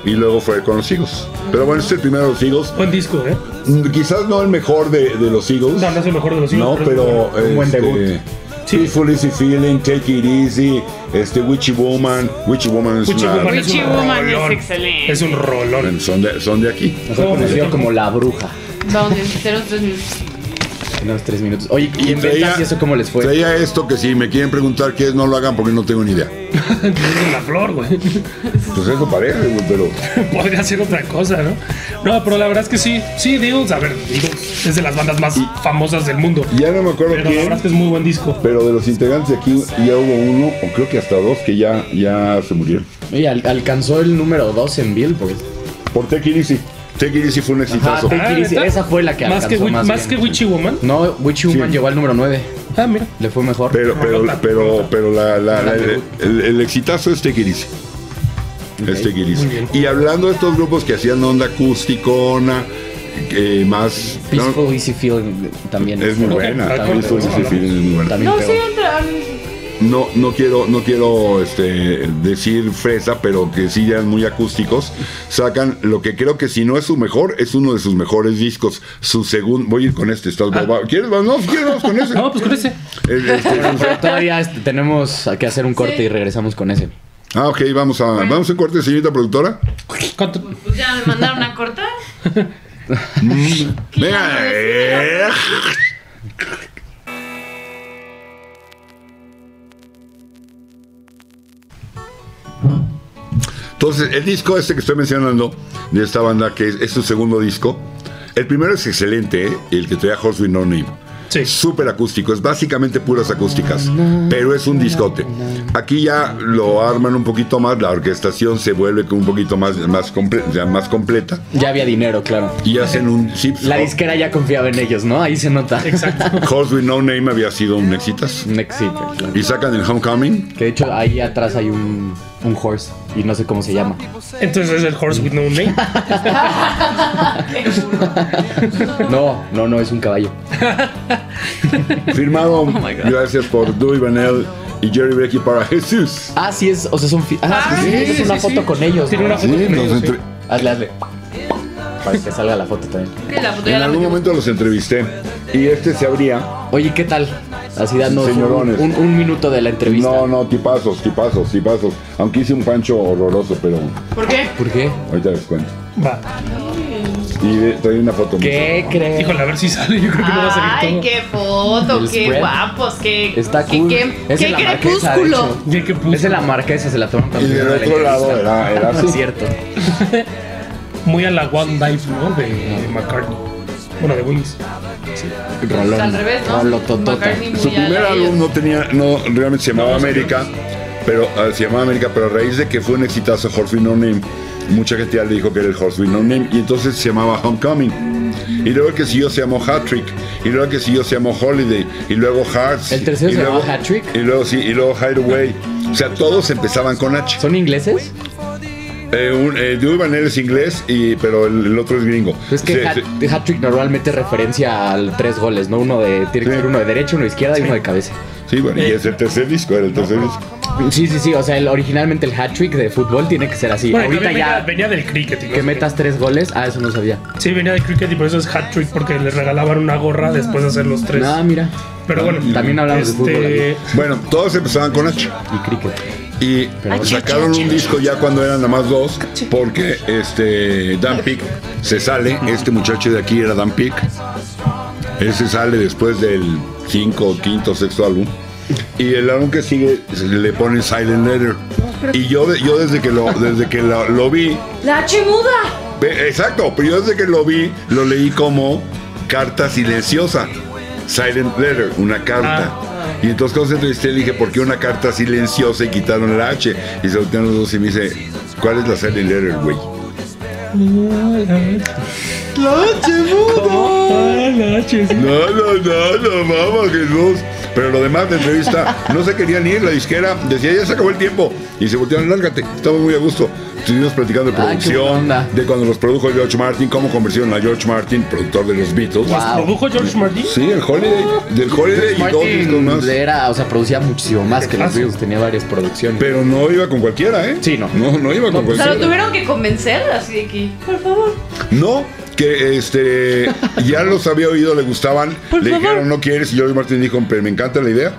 Speaker 1: y luego fue con los Eagles. Pero bueno, este es el primero de los Eagles.
Speaker 3: Buen disco, ¿eh?
Speaker 1: Mm, Quizás no el mejor de, de los Eagles.
Speaker 3: No, no es el mejor de los
Speaker 1: No,
Speaker 3: Eagles,
Speaker 1: pero.
Speaker 2: Un buen
Speaker 1: este,
Speaker 2: debut.
Speaker 3: Sí.
Speaker 1: Peaceful Easy Feeling, Take It Easy, este, Witchy Woman. Witchy Woman es
Speaker 3: Witchy
Speaker 1: una.
Speaker 3: Woman,
Speaker 4: Witchy
Speaker 3: es, un
Speaker 4: Woman es
Speaker 3: rolón.
Speaker 4: excelente.
Speaker 3: Es un rolón.
Speaker 1: Son de, son de aquí.
Speaker 2: O sea, conocido como La Bruja
Speaker 4: Donde hicieron tres minutos.
Speaker 2: en los tres minutos. Oye, ¿y en
Speaker 1: Traía-
Speaker 2: ventas y eso cómo les fue?
Speaker 1: Traía esto que si me quieren preguntar qué es, no lo hagan porque no tengo ni idea.
Speaker 3: Es la flor, güey.
Speaker 1: Pues eso parece, güey, pero.
Speaker 3: Podría ser otra cosa, ¿no? No, pero la verdad es que sí. Sí, Eagles, a ver, Eagles es de las bandas más famosas del mundo.
Speaker 1: Ya no me acuerdo
Speaker 3: Pero la
Speaker 1: quién.
Speaker 3: verdad es que es muy buen disco.
Speaker 1: Pero de los integrantes de aquí ya hubo uno, o creo que hasta dos, que ya, ya se murieron.
Speaker 2: Oye, al- alcanzó el número 2 en Billboard.
Speaker 1: Por Take It Easy. Take It Easy fue un exitazo.
Speaker 2: Take It Easy,
Speaker 3: Ah, ¿neta?
Speaker 2: esa fue la que
Speaker 3: más que
Speaker 2: alcanzó
Speaker 3: Wi-
Speaker 2: más
Speaker 3: Más que
Speaker 2: bien.
Speaker 3: Witchy Woman.
Speaker 2: No, Witchy Woman
Speaker 1: Sí.
Speaker 2: llegó al número 9.
Speaker 3: Ah, mira.
Speaker 2: Le fue mejor.
Speaker 1: pero, pero, pero, pero la, la- la- el, el exitazo es Take It Easy. Es Take It Easy.
Speaker 3: Muy bien.
Speaker 1: Y hablando de estos grupos que hacían onda acústicona, eh, más. no,
Speaker 2: Peaceful Easy Feeling también.
Speaker 1: es muy
Speaker 2: Ok,
Speaker 1: buena.
Speaker 2: también
Speaker 3: acuerdo,
Speaker 1: Peaceful
Speaker 2: pegó.
Speaker 1: Easy Feeling es muy buena.
Speaker 2: También
Speaker 4: No,
Speaker 2: pegó.
Speaker 4: sí, entra.
Speaker 1: No, no quiero, no quiero este, decir fresa, pero que sí eran muy acústicos. Sacan lo que creo que si no es su mejor, es uno de sus mejores discos. Su segundo. Voy a ir con este, estás boba. ¿Quieres? No, si ¿quieres? Vamos con ese.
Speaker 3: No, pues con ese.
Speaker 1: El- este,
Speaker 2: Pero todavía este, tenemos que hacer un corte
Speaker 4: Sí.
Speaker 2: y regresamos con ese.
Speaker 1: ah, ok, vamos a. Vamos en corte, señorita productora.
Speaker 3: ¿Cuánto?
Speaker 4: Pues ya me mandaron a cortar.
Speaker 1: Venga. eh. Entonces, el disco este que estoy mencionando, de esta banda, que es, es su segundo disco, el primero es excelente, ¿eh? el que trae Horse with No Name.
Speaker 3: Sí.
Speaker 1: Súper acústico, es básicamente puras acústicas, pero es un discote. Aquí ya lo arman un poquito más, la orquestación se vuelve un poquito más, más, comple- ya más completa
Speaker 2: Ya había dinero, claro.
Speaker 1: y hacen un... sí,
Speaker 2: La
Speaker 1: Hor-
Speaker 2: disquera ya confiaba en ellos, ¿no? Ahí se nota.
Speaker 3: Exacto.
Speaker 1: Horse with No Name había sido un exitazo.
Speaker 2: Un éxito. claro.
Speaker 1: Y sacan el Homecoming.
Speaker 2: Que de hecho ahí atrás hay un, un horse y no sé cómo se llama.
Speaker 3: Entonces es el Horse with No Name.
Speaker 2: No, no, no, es un caballo.
Speaker 1: Firmado. gracias por Dewey Vanell y Jerry Becky para Jesús.
Speaker 2: Ah, sí es, o sea, son... fi- Ah, sí,
Speaker 3: sí,
Speaker 2: es una
Speaker 3: sí,
Speaker 2: foto
Speaker 3: sí.
Speaker 2: con ellos.
Speaker 3: Tiene
Speaker 2: ¿no?
Speaker 3: una
Speaker 1: Sí,
Speaker 3: foto con
Speaker 1: los
Speaker 3: ellos, sí.
Speaker 1: entre-
Speaker 2: Hazle, hazle. Para que salga la foto también.
Speaker 4: Que la foto ya
Speaker 1: En
Speaker 4: la
Speaker 1: algún
Speaker 4: metimos.
Speaker 1: momento los entrevisté. Y este se abría.
Speaker 2: Oye, ¿qué tal? Así dándonos un,
Speaker 1: Señorones.
Speaker 2: un- un minuto de la entrevista.
Speaker 1: No, no, tipazos, tipazos, tipazos. Aunque hice un pancho horroroso, pero
Speaker 4: ¿Por qué?
Speaker 2: ¿Por qué?
Speaker 1: ahorita les cuento.
Speaker 3: Va.
Speaker 1: Y de- traía una foto.
Speaker 2: ¿Qué crees?
Speaker 3: Híjole, a ver si sale. Yo creo que no va a salir
Speaker 4: Ay,
Speaker 3: todo.
Speaker 4: qué foto,
Speaker 2: El
Speaker 4: qué
Speaker 2: spread.
Speaker 4: guapos, qué.
Speaker 2: Está
Speaker 4: qué-
Speaker 2: cool.
Speaker 4: Qué,
Speaker 2: Es
Speaker 4: qué
Speaker 2: en la marquesa, de
Speaker 4: crepúsculo.
Speaker 2: hecho.
Speaker 3: Ya que
Speaker 2: Es
Speaker 3: puso
Speaker 2: de la marquesa, se la toman
Speaker 1: Y
Speaker 2: también.
Speaker 1: del otro lado era, era
Speaker 2: Es
Speaker 1: así.
Speaker 2: cierto.
Speaker 3: muy a la One Life, ¿no? De McCartney. Bueno, de Wings.
Speaker 4: Pues,
Speaker 2: Rolón.
Speaker 4: al revés, ¿no?
Speaker 2: Rollo totota.
Speaker 4: McCartney muy
Speaker 1: Su
Speaker 4: a
Speaker 1: primer
Speaker 4: la-
Speaker 1: álbum no tenía, no, realmente se llamaba América, pero ah, se llamaba América, pero a raíz de que fue un exitazo Horse with No Name, mucha gente ya le dijo que era el Horse with No Name, y entonces se llamaba Homecoming. Y luego el que siguió se llamó Hattrick, y luego el que siguió se llamó Holiday, y luego Hearts.
Speaker 2: ¿El tercero
Speaker 1: y
Speaker 2: se
Speaker 1: luego-
Speaker 2: llamaba Hat-Trick?
Speaker 1: Y luego sí, y luego Hideaway. O sea, todos empezaban con H.
Speaker 2: ¿Son ingleses?
Speaker 1: Eh, un, eh, Dewey Vanell es inglés, y, pero el, el otro es gringo.
Speaker 2: Es que
Speaker 1: Se-
Speaker 2: hat,
Speaker 1: se-
Speaker 2: hat-trick normalmente referencia al tres goles, ¿no? Uno de. Tiene que
Speaker 1: Sí.
Speaker 2: ser uno de derecha, uno de izquierda y uno de cabeza.
Speaker 1: Sí, bueno, y es el tercer disco, era el tercer disco.
Speaker 2: Sí, sí, sí. O sea, el- originalmente el hat-trick de fútbol tiene que ser así.
Speaker 3: Bueno,
Speaker 2: Ahorita
Speaker 3: también venía,
Speaker 2: ya
Speaker 3: venía del cricket. y no
Speaker 2: que
Speaker 3: sé
Speaker 2: metas tres goles. Ah, eso no sabía.
Speaker 3: qué. Sí, venía del cricket y por eso es hat trick porque les regalaban una gorra después de hacer los tres.
Speaker 2: Ah, mira.
Speaker 3: Pero bueno,
Speaker 2: También hablamos de fútbol
Speaker 3: este,
Speaker 2: aquí.
Speaker 1: Bueno, todos empezaban con H.
Speaker 2: Y cricket.
Speaker 1: Y sacaron un disco ya cuando eran nada más dos, porque este Dan Pick se sale, este muchacho de aquí era Dan Pick, él se sale después del cinco, quinto, sexto álbum, y el álbum que sigue se le pone Silent Letter. Y yo, de- yo desde que lo, desde que lo, lo vi,
Speaker 4: ¡La H muda!
Speaker 1: ve- exacto, pero yo desde que lo vi, lo leí como carta silenciosa, Silent Letter, una carta.
Speaker 3: Ah.
Speaker 1: Y entonces cuando se entrevisté le dije, ¿por qué una carta silenciosa y quitaron la H? Y se voltearon los dos y me dice, ¿cuál es la silent letter, güey?
Speaker 3: Ah, la H, sí.
Speaker 1: No, no, no, no, vamos, Jesús. Pero lo demás de entrevista, no se querían ir, la disquera decía, ya se acabó el tiempo. Y se voltearon, lárgate, estamos muy a gusto. Estuvimos platicando de
Speaker 2: Ay, qué buena
Speaker 1: producción,
Speaker 2: onda.
Speaker 1: de cuando los produjo George Martin, cómo convirtieron a George Martin, productor de los Beatles.
Speaker 2: Wow.
Speaker 3: ¿Produjo George Martin?
Speaker 1: Sí, el Holiday, del Holiday y dos discos
Speaker 2: Martin
Speaker 1: más.
Speaker 2: era, o sea, producía muchísimo más que los
Speaker 3: Fácil.
Speaker 2: Beatles, tenía varias producciones.
Speaker 1: Pero no iba con cualquiera, ¿eh?
Speaker 2: Sí, no.
Speaker 1: No, no iba con
Speaker 4: O sea,
Speaker 1: cualquiera.
Speaker 4: lo tuvieron que convencer así de que, por favor.
Speaker 1: No, que este ya los había oído, le gustaban, le dijeron no quieres y George Martin dijo, pero me encanta la idea.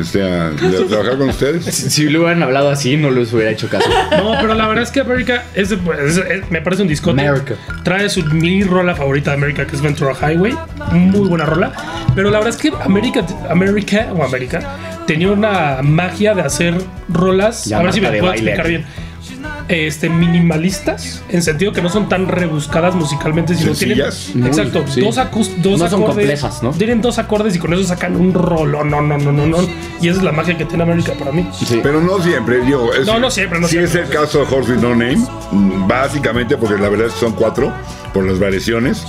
Speaker 1: Este, a- de trabajar con ustedes.
Speaker 2: si, si le hubieran hablado así, no les hubiera hecho caso.
Speaker 3: No, pero la verdad es que America es, es- es- me parece un disco.
Speaker 2: America.
Speaker 3: Trae su mi rola favorita de América, que es Ventura Highway. Muy buena rola. Pero la verdad es que América, América o América tenía una magia de hacer rolas.
Speaker 2: Ya
Speaker 3: a ver si
Speaker 2: Marta
Speaker 3: me
Speaker 2: de
Speaker 3: puedo
Speaker 2: baile
Speaker 3: explicar
Speaker 2: aquí.
Speaker 3: bien. Este, minimalistas, en sentido que no son tan rebuscadas musicalmente, sino
Speaker 1: Sencillas.
Speaker 3: tienen.
Speaker 2: Muy,
Speaker 3: exacto,
Speaker 2: sí.
Speaker 3: dos, acus-
Speaker 2: No
Speaker 3: dos
Speaker 2: son
Speaker 3: acordes.
Speaker 2: complejas, ¿no?
Speaker 3: Tienen dos acordes y con eso sacan un rolo. No, no, no, no, no. Y esa es la magia que tiene América para mí.
Speaker 2: Sí.
Speaker 1: Pero no siempre, digo, es-
Speaker 3: No, no siempre, no
Speaker 1: sí
Speaker 3: siempre.
Speaker 1: es el caso de Horse with No Name, mm, básicamente porque la verdad es que son cuatro por las variaciones,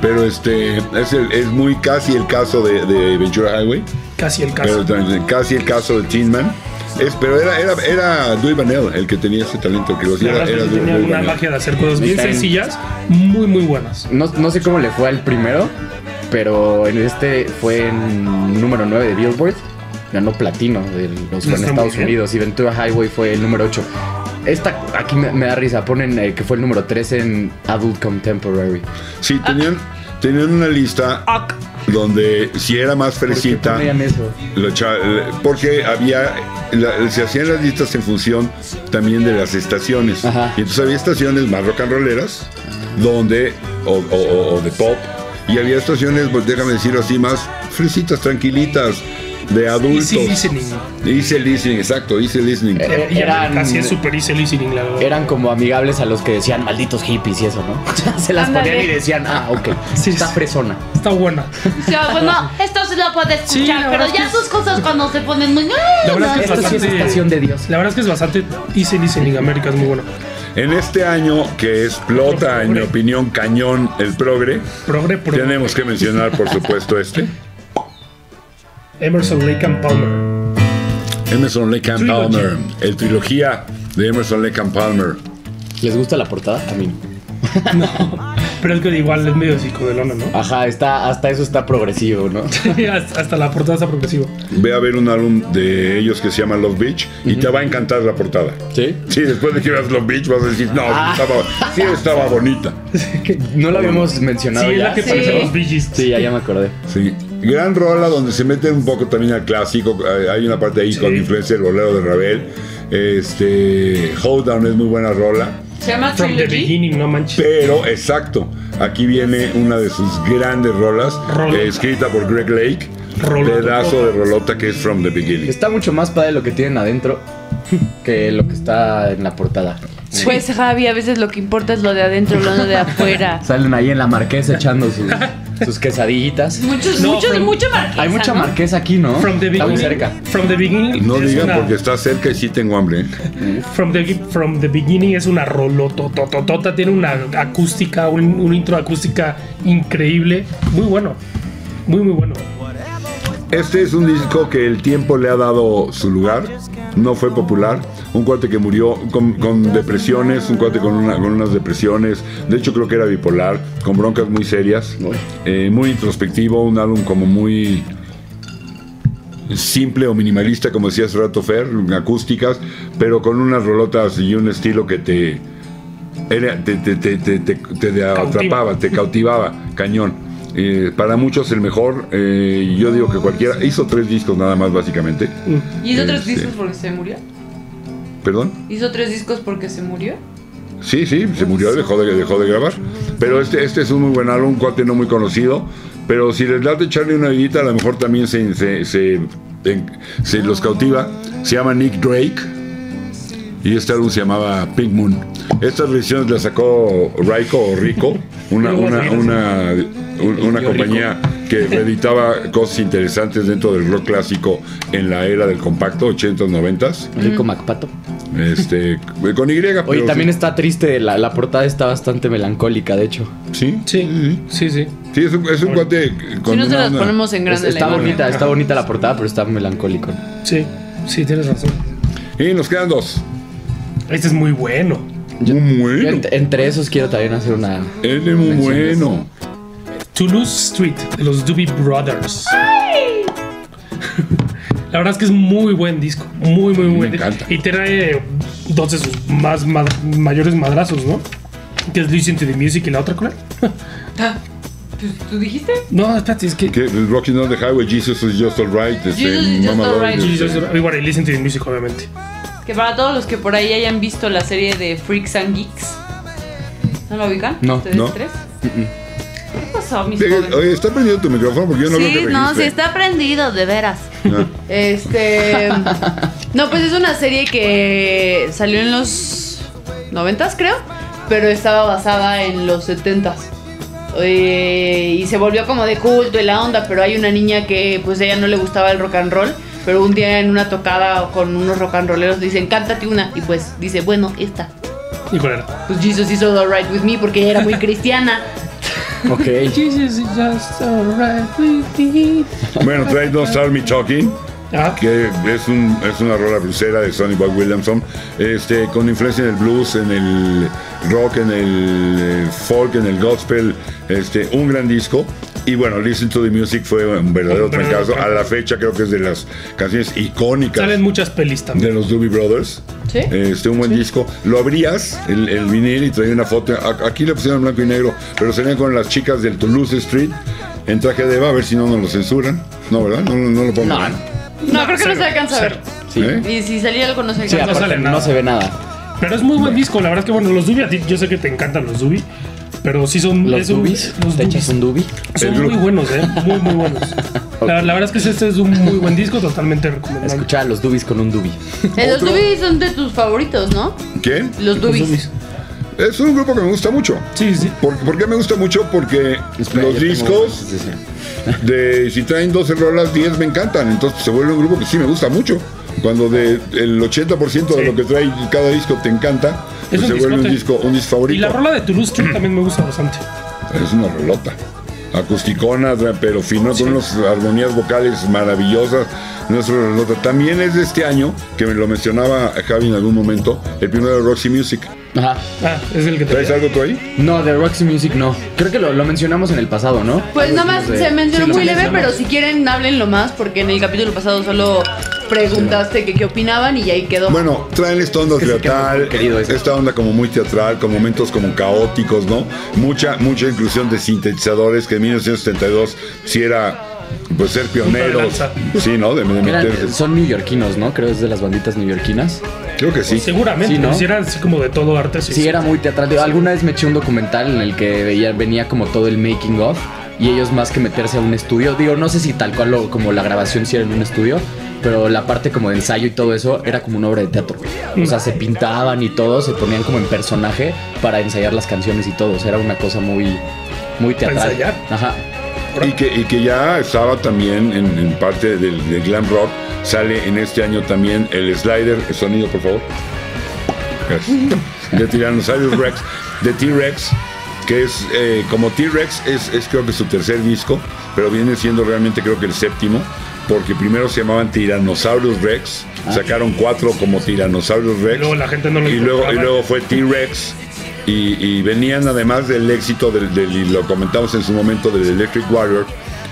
Speaker 1: pero este es, el- es muy casi el caso de, de Ventura Highway,
Speaker 3: Casi el caso.
Speaker 1: pero también casi el caso de Tin Man. Es, pero era, era, era Dewey Vanell el que tenía ese talento que lo
Speaker 3: La
Speaker 1: hacía.
Speaker 3: verdad
Speaker 1: Pues Era,
Speaker 3: es que
Speaker 1: Dewey-
Speaker 3: tenía
Speaker 1: Dewey
Speaker 3: una
Speaker 1: Vanell.
Speaker 3: magia de hacer cosas
Speaker 2: Me
Speaker 3: bien
Speaker 2: caen.
Speaker 3: sencillas, muy, muy buenas.
Speaker 2: No, no sé cómo le fue al primero, pero en este fue en número 9 de Billboard. Ganó platino de los
Speaker 3: Está
Speaker 2: en Estados
Speaker 3: muy bien.
Speaker 2: Unidos y Ventura Highway fue el número 8. Esta aquí me, me da risa, ponen eh, que fue el número 3 en Adult Contemporary.
Speaker 1: Sí, tenían, tenían una lista
Speaker 3: Ah.
Speaker 1: donde si era más
Speaker 2: ¿Por qué
Speaker 1: fresita,
Speaker 2: ponían eso?
Speaker 1: lo echa- porque había, la- se hacían las listas en función también de las estaciones.
Speaker 2: Ajá.
Speaker 1: Y entonces había estaciones más rock and rolleras, donde, o, o- o- o de pop, y había estaciones, pues déjame decirlo así, más fresitas, tranquilitas, de
Speaker 3: Y
Speaker 1: adultos.
Speaker 3: sí, listening.
Speaker 1: Easy listening, exacto, easy listening.
Speaker 2: Eh,
Speaker 3: Y
Speaker 2: Eran-
Speaker 3: casi es super easy listening, la verdad.
Speaker 2: Eran como amigables a los que decían malditos hippies y eso, ¿no? Se las
Speaker 4: Ándale.
Speaker 2: ponían y decían, ah, ok,
Speaker 3: Sí,
Speaker 2: está
Speaker 3: sí.
Speaker 2: fresona.
Speaker 3: Está buena.
Speaker 4: O sea, pues no, esto se lo puede escuchar,
Speaker 3: Sí, la
Speaker 4: pero
Speaker 3: verdad es
Speaker 4: ya
Speaker 3: que-
Speaker 4: sus cosas cuando se ponen muy.
Speaker 3: La verdad es que
Speaker 2: Esto sí es
Speaker 3: bastante-
Speaker 2: estación de Dios.
Speaker 3: La verdad es que es bastante easy listening, América es muy bueno.
Speaker 1: En este año que explota, en mi opinión, cañón el progre,
Speaker 3: Progre, progre.
Speaker 1: tenemos que mencionar, por supuesto, este.
Speaker 3: Emerson Lake and Palmer.
Speaker 1: Emerson Lake and
Speaker 3: Trilogy.
Speaker 1: Palmer, el trilogía de Emerson Lake and Palmer.
Speaker 2: ¿Les gusta la portada? A mí. no.
Speaker 3: Pero es que igual es medio psicodelona, ¿no?
Speaker 2: Ajá, está, hasta eso está progresivo, ¿no?
Speaker 3: hasta, hasta la portada está progresiva.
Speaker 1: Ve a ver un álbum de ellos que se llama Love Beach y te va a encantar la portada.
Speaker 2: ¿Sí?
Speaker 1: Sí, después de que veas Love Beach vas a decir, no, sí estaba, sí estaba bonita.
Speaker 2: No lo habíamos mencionado
Speaker 3: Sí, es
Speaker 2: ya.
Speaker 3: la que
Speaker 4: Sí.
Speaker 3: parece los Bee Gees.
Speaker 2: Sí, ya, ya me acordé.
Speaker 1: Sí. Gran rola donde se mete un poco también al clásico. eh, Hay una parte ahí con
Speaker 3: Sí.
Speaker 1: influencia del bolero de Ravel. Este, Hold Down es muy buena rola.
Speaker 4: Se llama
Speaker 3: From the
Speaker 4: Trilogy.
Speaker 3: beginning, no manches.
Speaker 1: Pero, exacto, aquí viene una de sus grandes rolas,
Speaker 3: Rolota.
Speaker 1: eh, escrita por Greg Lake.
Speaker 3: Rolota.
Speaker 1: Pedazo de rolota que es From the Beginning.
Speaker 2: Está mucho más padre lo que tienen adentro que lo que está en la portada.
Speaker 4: Pues Javi, a veces lo que importa es lo de adentro, no lo de afuera.
Speaker 2: Salen ahí en la marquesa echando sus, sus quesadillitas.
Speaker 4: Muchos,
Speaker 3: No,
Speaker 4: muchos,
Speaker 3: from-
Speaker 4: mucho marquesa.
Speaker 2: Hay mucha
Speaker 4: ¿no?
Speaker 2: marquesa aquí, ¿no?
Speaker 3: From the
Speaker 2: Está
Speaker 3: beginning.
Speaker 2: muy cerca.
Speaker 3: From the beginning.
Speaker 1: No
Speaker 3: es
Speaker 1: digan
Speaker 3: una-
Speaker 1: porque está cerca y sí tengo hambre. ¿eh?
Speaker 3: From the, from the Beginning es una rolotototota, tiene una acústica, un, un intro acústica increíble, muy bueno, muy muy bueno.
Speaker 1: Este es un disco que el tiempo le ha dado su lugar. No fue popular. Un cuate que murió con, con depresiones, un cuate con, una- con unas depresiones. De hecho, creo que era bipolar, con broncas muy serias. Eh, muy introspectivo, un álbum como muy. simple o minimalista, como decía hace rato Fer, acústicas, pero con unas rolotas y un estilo que te, era- te, te- te- te- te- te atrapaba, te cautivaba, cañón. Eh, para muchos el mejor, eh, yo digo que cualquiera, hizo tres discos nada más básicamente,
Speaker 4: ¿Hizo tres
Speaker 1: Este.
Speaker 4: discos porque se murió?
Speaker 1: perdón.
Speaker 4: ¿Hizo tres discos porque se murió?
Speaker 1: Sí, sí, se murió, dejó de, dejó de grabar. Pero este, este es un muy buen álbum, un cuate no muy conocido. Pero si les das de echarle una vidita, a lo mejor también se, se, se- en- se los cautiva. Se llama Nick Drake. Y este álbum se llamaba Pink Moon. Estas revisiones las sacó Raiko o Rico, una, una, una, un- una compañía que editaba cosas interesantes dentro del rock clásico en la era del compacto, 80s, 90s.
Speaker 2: Rico Macpato.
Speaker 1: Este, con Y.
Speaker 2: Oye,
Speaker 1: pero
Speaker 2: también está triste, la, la portada está bastante melancólica, de hecho.
Speaker 1: sí,
Speaker 3: Sí, sí, sí.
Speaker 1: Sí, es un, es un cuate con
Speaker 4: Si no se
Speaker 1: una
Speaker 4: las
Speaker 1: onda.
Speaker 4: ponemos en
Speaker 2: Es-
Speaker 4: grande la
Speaker 2: está
Speaker 4: imagen.
Speaker 2: bonita, está bonita la portada, pero está melancólico.
Speaker 3: Sí, sí, tienes razón.
Speaker 1: Y nos quedan dos.
Speaker 3: Este es muy bueno.
Speaker 1: muy
Speaker 2: Yo
Speaker 1: bueno.
Speaker 2: ent- entre esos quiero también hacer una...
Speaker 1: Él es muy
Speaker 2: menciones.
Speaker 1: bueno.
Speaker 3: Toulouse Street de los Doobie Brothers. La verdad es que es muy buen disco, muy muy buen.
Speaker 1: encanta.
Speaker 3: Y trae dos de sus más ma- mayores madrazos, ¿no? Que es Listen to the Music y la otra, ¿cuál? era?
Speaker 4: Ah, ¿tú, tú dijiste?
Speaker 3: No, espérate, es que
Speaker 1: Que el Rocking on the Highway, Jesus is just alright. Este,
Speaker 4: Jesus is just
Speaker 1: Mama
Speaker 4: all
Speaker 1: Love,
Speaker 4: right.
Speaker 1: este,
Speaker 3: Jesus, y bueno, y Listen to the Music obviamente.
Speaker 4: Que para todos los que por ahí hayan visto la serie de Freaks and Geeks. ¿No la ubican?
Speaker 2: No,
Speaker 4: ¿Ustedes
Speaker 1: no.
Speaker 4: tres? ¿Qué pasó, mis
Speaker 1: Oye,
Speaker 4: jóvenes?
Speaker 1: Oye, está prendido tu micrófono porque yo no
Speaker 4: sí,
Speaker 1: veo que
Speaker 4: no, sí
Speaker 1: registre.
Speaker 4: está prendido, de veras.
Speaker 1: Ah,
Speaker 4: Este. No, pues es una serie que salió en los 90 creo, pero estaba basada en los 70s. Eh, y se volvió como de culto y la onda, pero hay una niña que pues a ella no le gustaba el rock and roll, pero un día en una tocada con unos rock and rolleros le dicen, cántate una, y pues dice, bueno, esta.
Speaker 3: ¿Y cuál era?
Speaker 4: Pues Jesus hizo all right with me porque ella era muy cristiana.
Speaker 2: Ok.
Speaker 3: Jesus is just alright with me.
Speaker 1: Bueno, trae Don't Start Me Talking,
Speaker 3: Ah,
Speaker 1: que es, un, es una rola blusera de Sonny Boy Williamson, este, con influencia en el blues, en el rock, en el eh, folk, en el gospel, este, un gran disco. Y bueno, Listen to the Music fue un verdadero
Speaker 3: Un verdadero
Speaker 1: trancazo. A la fecha creo que es de las canciones icónicas.
Speaker 3: salen muchas pelis también.
Speaker 1: de los Doobie Brothers.
Speaker 4: ¿Sí?
Speaker 1: Este, un buen disco. Lo abrías, el, el vinil, y traía una foto. A- Aquí le pusieron blanco y negro, pero salían con las chicas del Toulouse Street en traje de Eva, a ver si no nos lo censuran. No, ¿verdad? No, no, no lo pongo.
Speaker 2: No,
Speaker 1: ¿verdad?
Speaker 4: No, creo que no se alcanza a ver.
Speaker 2: Sí.
Speaker 1: ¿Eh?
Speaker 4: Y si salía algo no se
Speaker 2: Sí,
Speaker 4: alcanza a ver.
Speaker 2: aparte
Speaker 3: sale nada.
Speaker 2: no se ve nada.
Speaker 3: Pero es muy buen disco, la verdad es que bueno, los Doobie, a ti, yo sé que te encantan los Doobie, pero sí son...
Speaker 2: Los
Speaker 3: es un-
Speaker 2: dubis,
Speaker 3: los
Speaker 2: te echas
Speaker 3: Doobies.
Speaker 2: un dubi.
Speaker 3: Son
Speaker 1: El
Speaker 3: muy
Speaker 1: grupo.
Speaker 3: buenos, eh. Muy, muy buenos. La, la verdad es que este- este es un muy buen disco, totalmente recomendable.
Speaker 2: Escuchar a los dubis con un dubi.
Speaker 4: Eh, Los
Speaker 1: Otro.
Speaker 4: Doobies son de tus favoritos, ¿no?
Speaker 1: ¿Quién?
Speaker 4: Los Doobies.
Speaker 3: Doobies.
Speaker 1: Es un grupo que me gusta mucho.
Speaker 3: Sí, sí.
Speaker 1: ¿Por, por qué me gusta mucho? Porque
Speaker 2: Espera,
Speaker 1: los
Speaker 2: yo tengo
Speaker 1: discos,
Speaker 2: una- sí, sí.
Speaker 1: de si traen 12 rolas, 10 me encantan. Entonces se vuelve un grupo que sí me gusta mucho. Cuando de, el 80% de
Speaker 3: Sí.
Speaker 1: lo que trae cada disco te encanta, pues
Speaker 3: un
Speaker 1: se vuelve un disco,
Speaker 3: discote.
Speaker 1: un disco favorito.
Speaker 3: Y la rola de Toulouse Street también me gusta bastante.
Speaker 1: Es una relota. Acusticona, dra- pero fino, con unas armonías vocales maravillosas. Nuestra relota. También es de este año, que me lo mencionaba Javi en algún momento, el primero de Roxy Music.
Speaker 2: Ajá.
Speaker 3: Ah, es el que te
Speaker 1: ¿Traes algo tú ahí?
Speaker 2: No, de Roxy Music no. Creo que lo, lo mencionamos en el pasado, ¿no?
Speaker 4: Pues nada más
Speaker 2: Sí,
Speaker 4: se mencionó
Speaker 2: sí, lo
Speaker 4: muy leve,
Speaker 2: mencionamos.
Speaker 4: pero si quieren háblenlo más, porque en el capítulo pasado solo preguntaste que qué opinaban y ahí quedó.
Speaker 1: Bueno, traen esta onda
Speaker 2: que sí que es
Speaker 1: teatral,
Speaker 2: muy querido ese.
Speaker 1: esta onda como muy teatral, con momentos como caóticos, ¿no? Mucha, mucha inclusión de sintetizadores, que en 1972 sí era, pues, ser pioneros.
Speaker 3: lanza.
Speaker 1: Sí, ¿no? De, de
Speaker 2: Eran-
Speaker 1: meterse.
Speaker 2: son neoyorquinos, ¿no? Creo es de las banditas neoyorquinas.
Speaker 1: Creo que sí.
Speaker 3: Seguramente,
Speaker 2: Sí, ¿no?
Speaker 3: pues, era así como de todo arte. Sí,
Speaker 2: Sí,
Speaker 3: sí.
Speaker 2: era muy teatral. Yo Alguna vez me eché un documental en el que veía, venía como todo el making of y ellos más que meterse a un estudio, digo, no sé si tal cual lo- como la grabación si era en un estudio, pero la parte como de ensayo y todo eso era como una obra de teatro. O sea, se pintaban y todo, se ponían como en personaje para ensayar las canciones y todo. O sea, era una cosa muy, muy teatral.
Speaker 3: ensayar.
Speaker 2: Ajá.
Speaker 1: Y que, y que ya estaba también en, en parte del, del glam rock. Sale en este año también el slider. el sonido, por favor. Gracias. De Tyrannosaurus Rex. De T-Rex. Que es eh, como T-Rex, es, es creo que su tercer disco. Pero viene siendo realmente creo que el séptimo. Porque primero se llamaban Tyrannosaurus Rex. Sacaron cuatro como Tyrannosaurus Rex.
Speaker 3: Ah. Y luego la gente no lo
Speaker 1: Y luego, y
Speaker 3: encontraba.
Speaker 1: luego fue T-Rex. Y, y venían además del éxito del, del- y lo comentamos en su momento del Electric Warrior,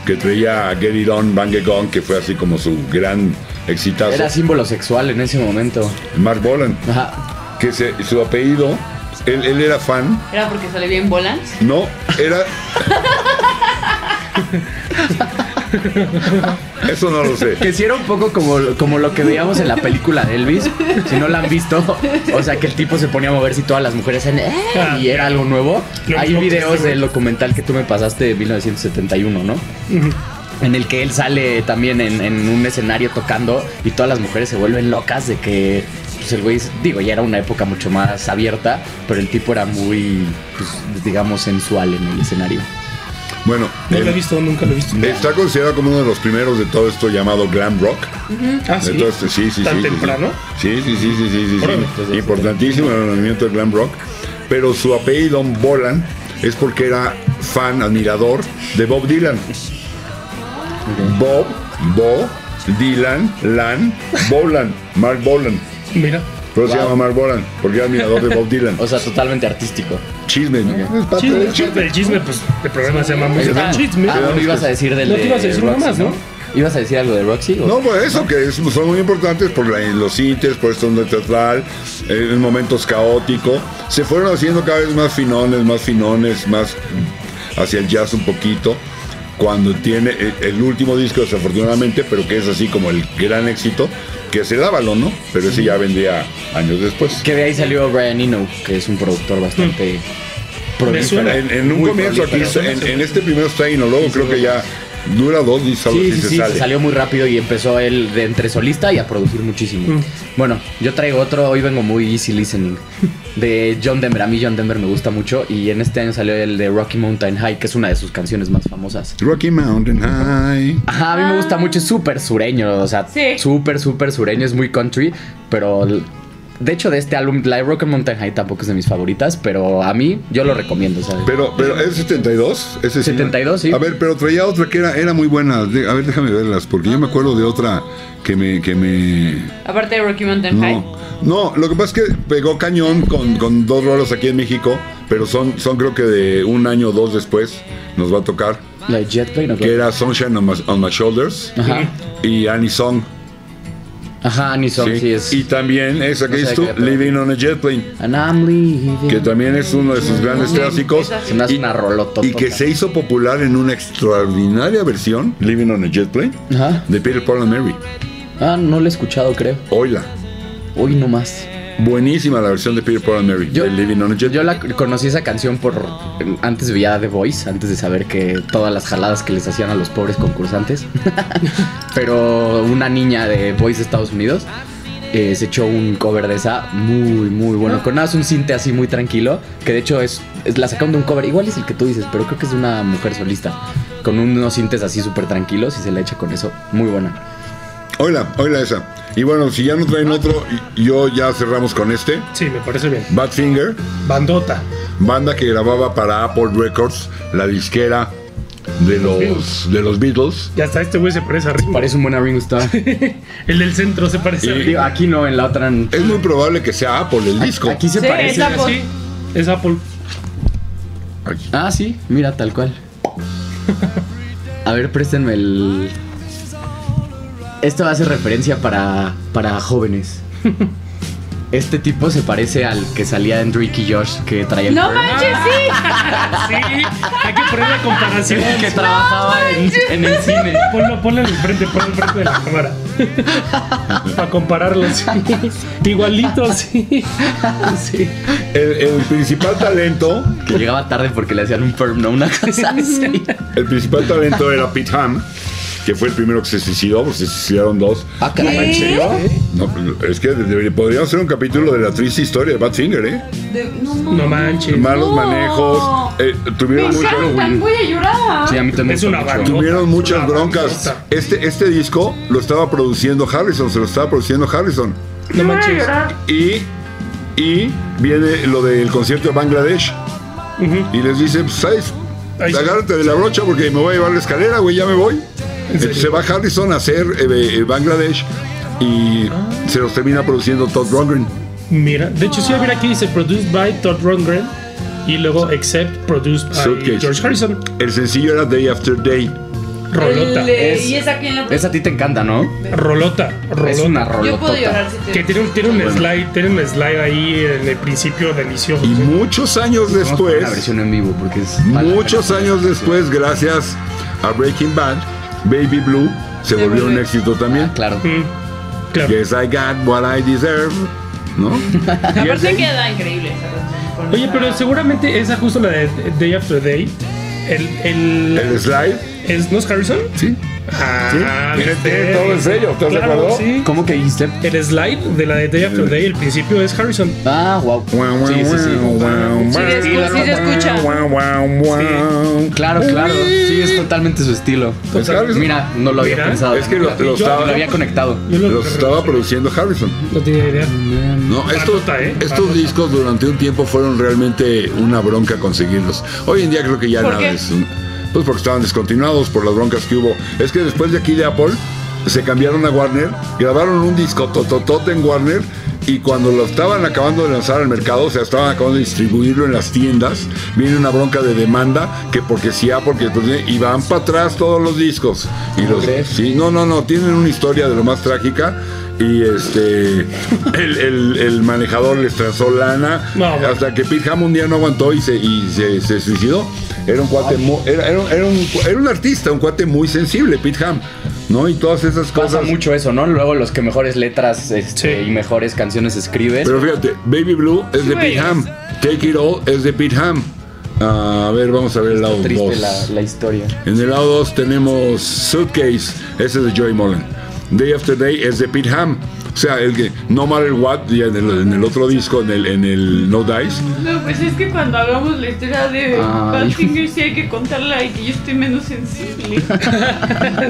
Speaker 1: que traía a Get It On, Bang It On, que fue así como su gran exitazo.
Speaker 2: Era símbolo sexual en ese momento.
Speaker 1: Mark Bolan,
Speaker 2: Ajá.
Speaker 1: que se- su apellido, él, él era fan,
Speaker 4: ¿Era porque sale bien Bolans?
Speaker 1: no, era... Eso no lo sé.
Speaker 2: Que si era un poco como, como lo que veíamos en la película de Elvis, si no la han visto, o sea que el tipo se ponía a moverse y todas las mujeres en "Eh", y era algo nuevo.
Speaker 3: Ah. Lo
Speaker 2: Hay
Speaker 3: mismo que
Speaker 2: videos
Speaker 3: este,
Speaker 2: del documental que tú me pasaste de 1971, ¿no? En el que él sale también en, en un escenario tocando y todas las mujeres se vuelven locas de que pues el güey, digo, ya era una época mucho más abierta, pero el tipo era muy, pues, digamos, sensual en el escenario.
Speaker 1: Bueno,
Speaker 3: No lo he
Speaker 1: él
Speaker 3: visto, nunca lo he visto.
Speaker 1: está considerado como uno de los primeros de todo esto llamado glam rock.
Speaker 3: Ah, sí.
Speaker 1: Entonces, sí, sí,
Speaker 3: ¿Tan
Speaker 1: sí, sí,
Speaker 3: temprano?
Speaker 1: Sí, sí, sí, sí, sí, sí, sí.
Speaker 3: Órale.
Speaker 1: Importantísimo en el movimiento del glam rock. Pero su apellido Bolan es porque era fan, admirador de Bob Dylan. Bob, Bo, Dylan, Lan, Bolan, Mark Bolan.
Speaker 3: Mira.
Speaker 1: Pero se
Speaker 2: Wow.
Speaker 1: llama Mark Bolan porque era admirador de Bob Dylan.
Speaker 2: O sea, totalmente artístico.
Speaker 1: Chisme, ¿no? Es parte
Speaker 3: Chisme,
Speaker 1: del
Speaker 3: chisme, el chisme, pues el programa se llama
Speaker 2: Ahí
Speaker 3: Música
Speaker 2: está.
Speaker 3: Chisme.
Speaker 2: Ah, bueno, ibas a decir del
Speaker 3: No
Speaker 2: de
Speaker 3: te ibas a decir
Speaker 2: Roxy,
Speaker 3: nada más, ¿no?
Speaker 2: ¿Ibas a decir algo de Roxy? o-
Speaker 1: No, pues eso, que es- son muy importantes por la- los sitios, por esto no teatral, eh, en momentos caóticos. Se fueron haciendo cada vez más finones, más finones, más mm, hacia el jazz un poquito. Cuando tiene el, el último disco, desafortunadamente, pero que es así como el gran éxito, que es el Avalon, ¿no? Pero ese ya vendría años después.
Speaker 2: Que de ahí salió Brian Eno, que es un productor bastante prolífero.
Speaker 3: Mm. suena.
Speaker 1: En, en un
Speaker 2: Muy
Speaker 1: comienzo aquí,
Speaker 2: prolífero.
Speaker 1: en, en este primer strain, o luego creo que ya dura dos discos
Speaker 2: Sí,
Speaker 1: y
Speaker 2: sí,
Speaker 1: se
Speaker 2: sí,
Speaker 1: sale.
Speaker 2: se salió muy rápido y empezó él de entre solista y a producir muchísimo.
Speaker 3: Mm.
Speaker 2: Bueno, yo traigo otro, hoy vengo muy easy listening, de John Denver. A mí John Denver me gusta mucho y en este año salió el de Rocky Mountain High, que es una de sus canciones más famosas.
Speaker 1: Rocky Mountain High.
Speaker 2: Ajá, a mí me gusta mucho, es súper sureño, o sea,
Speaker 4: Sí.
Speaker 2: súper, súper sureño, es muy country, pero l- de hecho de este álbum, Live Rock and Mountain High tampoco es de mis favoritas, pero a mí yo lo recomiendo, ¿sabes?
Speaker 1: Pero, pero es 72, ese sí.
Speaker 2: 72, sí.
Speaker 1: A ver, pero traía otra que era, era muy buena. De- A ver, déjame verlas, porque yo me acuerdo de otra que me, que me.
Speaker 4: Aparte de Rocky Mountain High.
Speaker 1: No. No, lo que pasa es que pegó cañón con, con dos rolas aquí en México, pero son, son creo que de un año o dos después nos va a tocar.
Speaker 2: La de Jet Plane, ¿o qué?
Speaker 1: Que era Sunshine on My, on My Shoulders
Speaker 2: Ajá,
Speaker 1: y Annie Song.
Speaker 2: ajá, Annie Song,
Speaker 1: ¿sí?
Speaker 2: sí es.
Speaker 1: Y también esa que
Speaker 2: No sé
Speaker 1: dices
Speaker 2: de
Speaker 1: tú,
Speaker 2: qué, pero-
Speaker 1: Living on a Jet Plane,
Speaker 2: And I'm leaving.
Speaker 1: que también es uno de sus grandes clásicos.
Speaker 4: Esa sí.
Speaker 2: Se me hace
Speaker 1: Y-
Speaker 2: Mm. una rolotota.
Speaker 1: Y que se hizo popular en una extraordinaria versión, Living on a Jet Plane,
Speaker 2: Ajá.
Speaker 1: de Peter Paul and Mary.
Speaker 2: Ah, no lo he escuchado, creo.
Speaker 1: Oila.
Speaker 2: Uy, no más.
Speaker 1: Buenísima la versión de Peter Paul and Mary,
Speaker 2: Yo-
Speaker 1: de Living on a Jet
Speaker 2: Yo la conocí esa canción por antes veía The Voice, antes de saber que todas las jaladas que les hacían a los pobres concursantes. Pero una niña de Voice de Estados Unidos eh, se echó un cover de esa muy muy bueno. Con nada más un cinte así muy tranquilo, que de hecho es, es- la sacaron de un cover, igual es el que tú dices, pero creo que es de una mujer solista. Con unos cintes así súper tranquilos y se la echa con eso. Muy buena.
Speaker 1: Oila, oila esa. Y bueno, si ya no traen otro, y- yo ya cerramos con este.
Speaker 3: Sí, me parece bien.
Speaker 1: Badfinger,
Speaker 3: Bandota.
Speaker 1: banda que grababa para Apple Records, la disquera de los, de los Beatles.
Speaker 3: Ya está, este güey se parece a Ringo.
Speaker 2: Parece un buen Ringo Starr.
Speaker 3: El del centro se parece a
Speaker 2: Digo,
Speaker 3: Ringo.
Speaker 2: aquí no, en la otra. n-
Speaker 1: Es muy probable que sea Apple el disco.
Speaker 2: Aquí se
Speaker 4: Sí,
Speaker 2: parece.
Speaker 4: está-
Speaker 3: Sí, es Apple.
Speaker 1: Aquí.
Speaker 2: Ah, sí, mira, tal cual. A ver, préstenme el. Esto hace referencia para, para jóvenes. Este tipo se parece al que salía en Drake y Josh que traía el
Speaker 4: ¡No
Speaker 2: perro.
Speaker 4: manches, sí!
Speaker 3: Sí, hay que poner la comparación.
Speaker 2: que trabajaba en, en el cine.
Speaker 3: Ponlo, ponlo en el frente, ponlo en frente de la cámara. Para compararlos. Igualitos, sí. sí.
Speaker 1: El, el principal talento,
Speaker 2: Que llegaba tarde porque le hacían un perm, ¿no? Una cosa así.
Speaker 1: el principal talento era Pete Ham, que fue el primero que se suicidó, pues se suicidaron dos.
Speaker 2: Ah, caray, ¿en serio?
Speaker 1: No, es que debería- podría ser un capítulo de la triste historia de Badfinger, ¿eh?
Speaker 4: De- no,
Speaker 3: No manches.
Speaker 1: Malos
Speaker 4: No.
Speaker 1: manejos, eh, tuvieron
Speaker 4: Me
Speaker 1: mucho-
Speaker 4: encantan, voy a llorar.
Speaker 2: Sí, a mí también.
Speaker 3: Es
Speaker 2: me
Speaker 3: una
Speaker 2: gustó mucho.
Speaker 3: banda.
Speaker 1: Tuvieron muchas broncas.
Speaker 3: bandota.
Speaker 1: Este, este disco lo estaba produciendo Harrison, se lo estaba produciendo Harrison.
Speaker 3: No
Speaker 4: Voy a
Speaker 3: manches.
Speaker 4: llorar.
Speaker 1: Y, y viene lo del concierto de Bangladesh.
Speaker 3: Ujú.
Speaker 1: Y les dice, pues, ¿sabes?
Speaker 3: Ay.
Speaker 1: Agárrate de la brocha porque me voy a llevar la escalera, güey, ya me voy. Entonces se va Harrison a hacer eh, eh, Bangladesh y
Speaker 2: Ah.
Speaker 1: se los termina produciendo Todd Rundgren.
Speaker 3: Mira, de hecho, si a ver aquí dice produced by Todd Rundgren y luego except produced by
Speaker 1: Suitcase.
Speaker 3: George Harrison.
Speaker 1: El sencillo era Day After Day.
Speaker 3: Rolota.
Speaker 4: El de-
Speaker 2: Es-
Speaker 4: y esa quién la
Speaker 2: Esa a ti te encanta, ¿no?
Speaker 3: Rolota, rolota.
Speaker 2: Es una
Speaker 4: Yo puedo llorar
Speaker 2: rolotota.
Speaker 4: si
Speaker 3: Que
Speaker 4: te
Speaker 3: tiene un, tiene un
Speaker 2: Bueno.
Speaker 3: slide, tiene un slide ahí en el principio delicioso.
Speaker 1: Y muchos años después,
Speaker 2: La versión en vivo porque es
Speaker 1: muchos años después, gracias a Breaking Bad, Baby Blue se
Speaker 4: Se
Speaker 1: volvió un
Speaker 4: volvió.
Speaker 1: éxito también.
Speaker 2: Ah, claro.
Speaker 3: Mm, claro.
Speaker 1: Yes, I got what I deserve, ¿no?
Speaker 4: Aparte queda increíble esa canción. con
Speaker 3: Oye,
Speaker 4: esa-
Speaker 3: pero seguramente esa justo la de Day After Day. El, el,
Speaker 1: El slide,
Speaker 3: ¿es, ¿No es Harrison?
Speaker 1: sí. Sí,
Speaker 3: Ah,
Speaker 1: tiene-
Speaker 3: ¿viste?
Speaker 1: tiene todo en sello, ¿estás de
Speaker 3: Claro,
Speaker 1: acuerdo?
Speaker 3: sí.
Speaker 2: ¿Cómo que dijiste?
Speaker 3: El slide de la de Day After Day, el principio es Harrison.
Speaker 2: Ah, wow. Sí, sí, sí.
Speaker 4: Sí, se escu- sí se escucha.
Speaker 2: Claro, claro. Sí, es totalmente su estilo.
Speaker 1: Es Harrison.
Speaker 2: Mira, no lo había
Speaker 3: Pues Mira,
Speaker 2: pensado.
Speaker 1: es que lo-
Speaker 2: Nunca.
Speaker 1: lo
Speaker 2: Yo
Speaker 1: estaba-
Speaker 2: lo había conectado.
Speaker 3: Yo lo-
Speaker 1: Los estaba produciendo Harrison.
Speaker 3: No tenía idea.
Speaker 1: No, estos,
Speaker 3: Patota, Mm, ¿eh?
Speaker 1: estos
Speaker 3: Patota.
Speaker 1: discos durante un tiempo fueron realmente una bronca conseguirlos. Hoy en día creo que ya
Speaker 4: ¿Por
Speaker 1: nada
Speaker 4: qué?
Speaker 1: es. un- Pues porque estaban descontinuados por las broncas que hubo. Es que después de aquí de Apple se cambiaron a Warner, grabaron un disco tototote en Warner y cuando lo estaban acabando de lanzar al mercado, o sea, estaban acabando de distribuirlo en las tiendas, viene una bronca de demanda que porque si Apple que porque- y van para atrás todos los discos y los
Speaker 2: crees?
Speaker 1: Sí, no, no, no, tienen una historia de lo más trágica. Y este, el, el- el manejador les trazó lana
Speaker 3: No, bueno.
Speaker 1: hasta que Pete Ham un día no aguantó y se, y se, se suicidó. Era un
Speaker 2: Ah,
Speaker 1: cuate, mu- era, era un, era un- era un artista, un cuate muy sensible, Pete Ham, ¿no? Y todas esas
Speaker 2: Pasa
Speaker 1: cosas.
Speaker 2: mucho eso, ¿no? Luego los que mejores letras este,
Speaker 3: Sí.
Speaker 2: y mejores canciones escribes.
Speaker 1: Pero fíjate, Baby Blue es de
Speaker 4: Güey.
Speaker 1: Pete Ham, Take It All es de Pete Ham. A ver, vamos a ver el lado
Speaker 2: Triste
Speaker 1: 2.
Speaker 2: la, la historia.
Speaker 1: En el lado 2 tenemos Suitcase, ese es de Joey Mullen. Day After Day es de Pete Ham. O sea, el que No Matter What, y en el, en el otro disco, en el, en el No Dice.
Speaker 4: No, pues es que cuando hagamos la historia
Speaker 2: Ay.
Speaker 4: de Badfinger sí hay que contarla y que yo estoy menos sensible.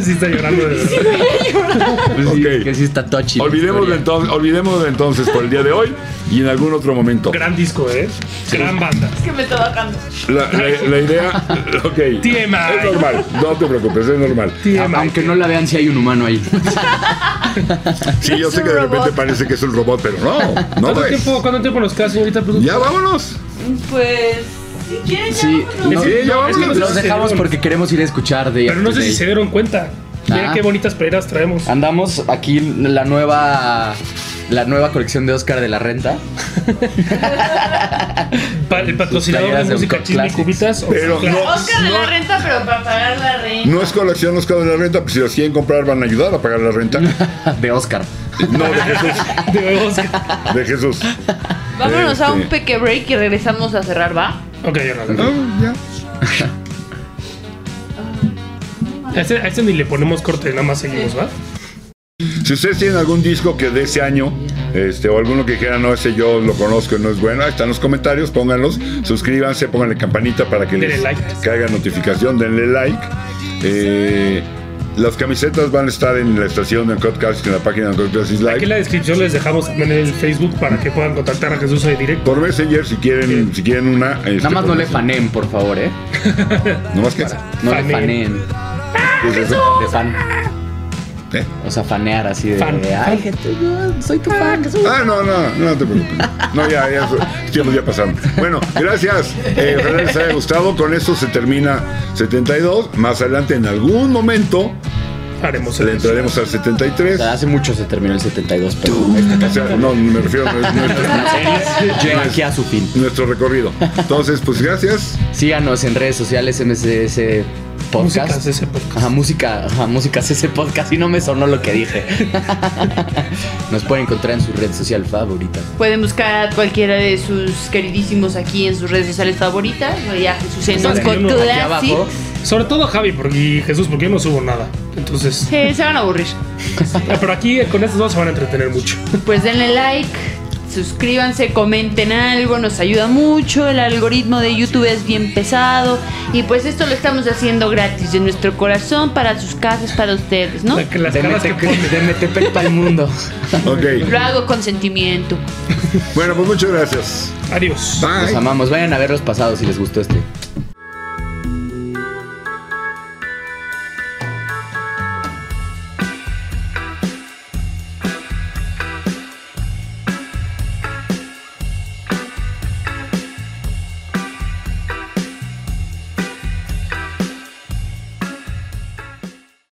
Speaker 3: sí está llorando. de verdad.
Speaker 2: Pues
Speaker 1: Ok.
Speaker 2: sí, es que sí está touchy. la
Speaker 1: Olvidémoslo
Speaker 2: historia.
Speaker 1: entonces, olvidémoslo entonces por el día de hoy y en algún otro momento.
Speaker 3: Gran disco, ¿eh? Gran banda.
Speaker 4: Es que me está bajando.
Speaker 1: La, la- la idea, ok.
Speaker 3: TMI.
Speaker 1: Es normal, no te preocupes, es normal.
Speaker 3: TMI.
Speaker 2: Aunque no la vean, si hay un humano ahí.
Speaker 1: Sí, yo
Speaker 4: Es
Speaker 1: sé
Speaker 4: un
Speaker 1: que de repente
Speaker 4: robot.
Speaker 1: parece que es un robot, pero no, no
Speaker 3: ¿Cuánto
Speaker 1: lo es.
Speaker 3: tiempo, ¿Cuánto tiempo nos queda, señorita? productora?
Speaker 1: Ya vámonos.
Speaker 4: Pues, si quieren,
Speaker 2: Sí,
Speaker 4: ya.
Speaker 2: no,
Speaker 1: Sí, ya
Speaker 3: es que no
Speaker 1: vámonos.
Speaker 3: sé
Speaker 2: los
Speaker 3: si se
Speaker 2: dejamos
Speaker 3: dieron-
Speaker 2: porque queremos ir a escuchar de.
Speaker 3: Pero no sé
Speaker 2: de-
Speaker 3: si se dieron cuenta. Mira
Speaker 2: Ah.
Speaker 3: qué bonitas pereras traemos.
Speaker 2: Andamos aquí en la nueva. La nueva colección de Oscar de la Renta.
Speaker 3: Pa- el patrocinador de
Speaker 2: playeras de
Speaker 3: música
Speaker 2: Uncut
Speaker 3: chisme y
Speaker 2: Classics.
Speaker 3: cubitas. o
Speaker 1: Pero
Speaker 3: Classics.
Speaker 1: no-
Speaker 4: Oscar de la renta, pero para pagar la renta.
Speaker 1: No es colección, no es cada la renta, pues si los quieren comprar van a ayudar a pagar la renta.
Speaker 2: De Oscar.
Speaker 3: Este
Speaker 1: No, de Jesús,
Speaker 3: De Oscar.
Speaker 1: de Jesús.
Speaker 4: Vámonos a un
Speaker 1: Este.
Speaker 4: peque break y regresamos a cerrar, ¿va?
Speaker 3: Ok, ya no, no.
Speaker 1: Ah, ya.
Speaker 3: A este, a este ni le ponemos corte, nada más seguimos, ¿va?
Speaker 1: Si ustedes tienen algún disco que de ese año, este, o alguno que dijera, no, ese yo lo conozco, no es bueno, ahí están los comentarios, pónganlos, suscríbanse, pónganle campanita para que
Speaker 3: Denle
Speaker 1: les
Speaker 3: like.
Speaker 1: caiga notificación, denle like. Eh, las camisetas van a estar en la estación de Uncut Classics, en la página de Uncut Classics
Speaker 3: Aquí en la
Speaker 1: Live.
Speaker 3: descripción les dejamos también el Facebook para que puedan contactar a Jesús ahí directo.
Speaker 1: Por Messenger, si quieren, si quieren una. este,
Speaker 2: Nada más
Speaker 1: por
Speaker 2: no le
Speaker 1: Messenger.
Speaker 2: faneen, por favor, ¿eh?
Speaker 1: No más que.
Speaker 2: No le
Speaker 3: Faneen.
Speaker 2: faneen.
Speaker 1: ¿qué es eso?
Speaker 2: De fan.
Speaker 1: ¿Eh?
Speaker 2: O sea, fanear así de.
Speaker 3: Fan.
Speaker 2: Ay, gente, yo soy tu fan.
Speaker 1: Ah, no, no, no te preocupes. No, ya, ya, los tiempos ya pasaron. Bueno, gracias. Eh, ojalá les haya gustado. Con esto se termina 72. Más adelante, en algún momento,
Speaker 3: Haremos
Speaker 1: le
Speaker 3: el
Speaker 1: entraremos al
Speaker 2: O
Speaker 1: 73.
Speaker 2: sea, hace mucho se terminó el 72, pero
Speaker 1: O sea, no, me refiero a nuestro,
Speaker 2: llega aquí a su fin.
Speaker 1: nuestro recorrido. Entonces, pues gracias.
Speaker 2: Síganos en redes sociales MCS
Speaker 3: música
Speaker 2: Podcast.
Speaker 3: de ese podcast.
Speaker 2: Ajá, música, ajá, música CC Podcast y no me sonó lo que dije. Nos pueden encontrar en su red social favorita.
Speaker 4: Pueden buscar a cualquiera de sus queridísimos aquí en sus redes sociales favoritas. o Ya Jesús en
Speaker 3: Está
Speaker 4: los
Speaker 3: bien,
Speaker 4: Hot
Speaker 3: aquí
Speaker 4: Classics.
Speaker 2: abajo.
Speaker 3: Sobre todo a Javi porque, y Jesús, porque yo no subo nada. Entonces,
Speaker 4: Sí, se van a aburrir.
Speaker 3: ah, pero aquí eh, con estos dos se van a entretener mucho.
Speaker 4: Pues denle like, suscríbanse, comenten algo, nos ayuda mucho. El algoritmo de YouTube es bien pesado. Y pues esto lo estamos haciendo gratis de nuestro corazón para sus casas, para ustedes, ¿no?
Speaker 3: La- las caras que pone.
Speaker 2: de Metepec para el mundo.
Speaker 1: Ok.
Speaker 4: Lo hago con sentimiento.
Speaker 1: Bueno, pues muchas gracias.
Speaker 3: Adiós.
Speaker 1: Bye.
Speaker 2: Los amamos. Vayan a ver los pasados si les gustó este.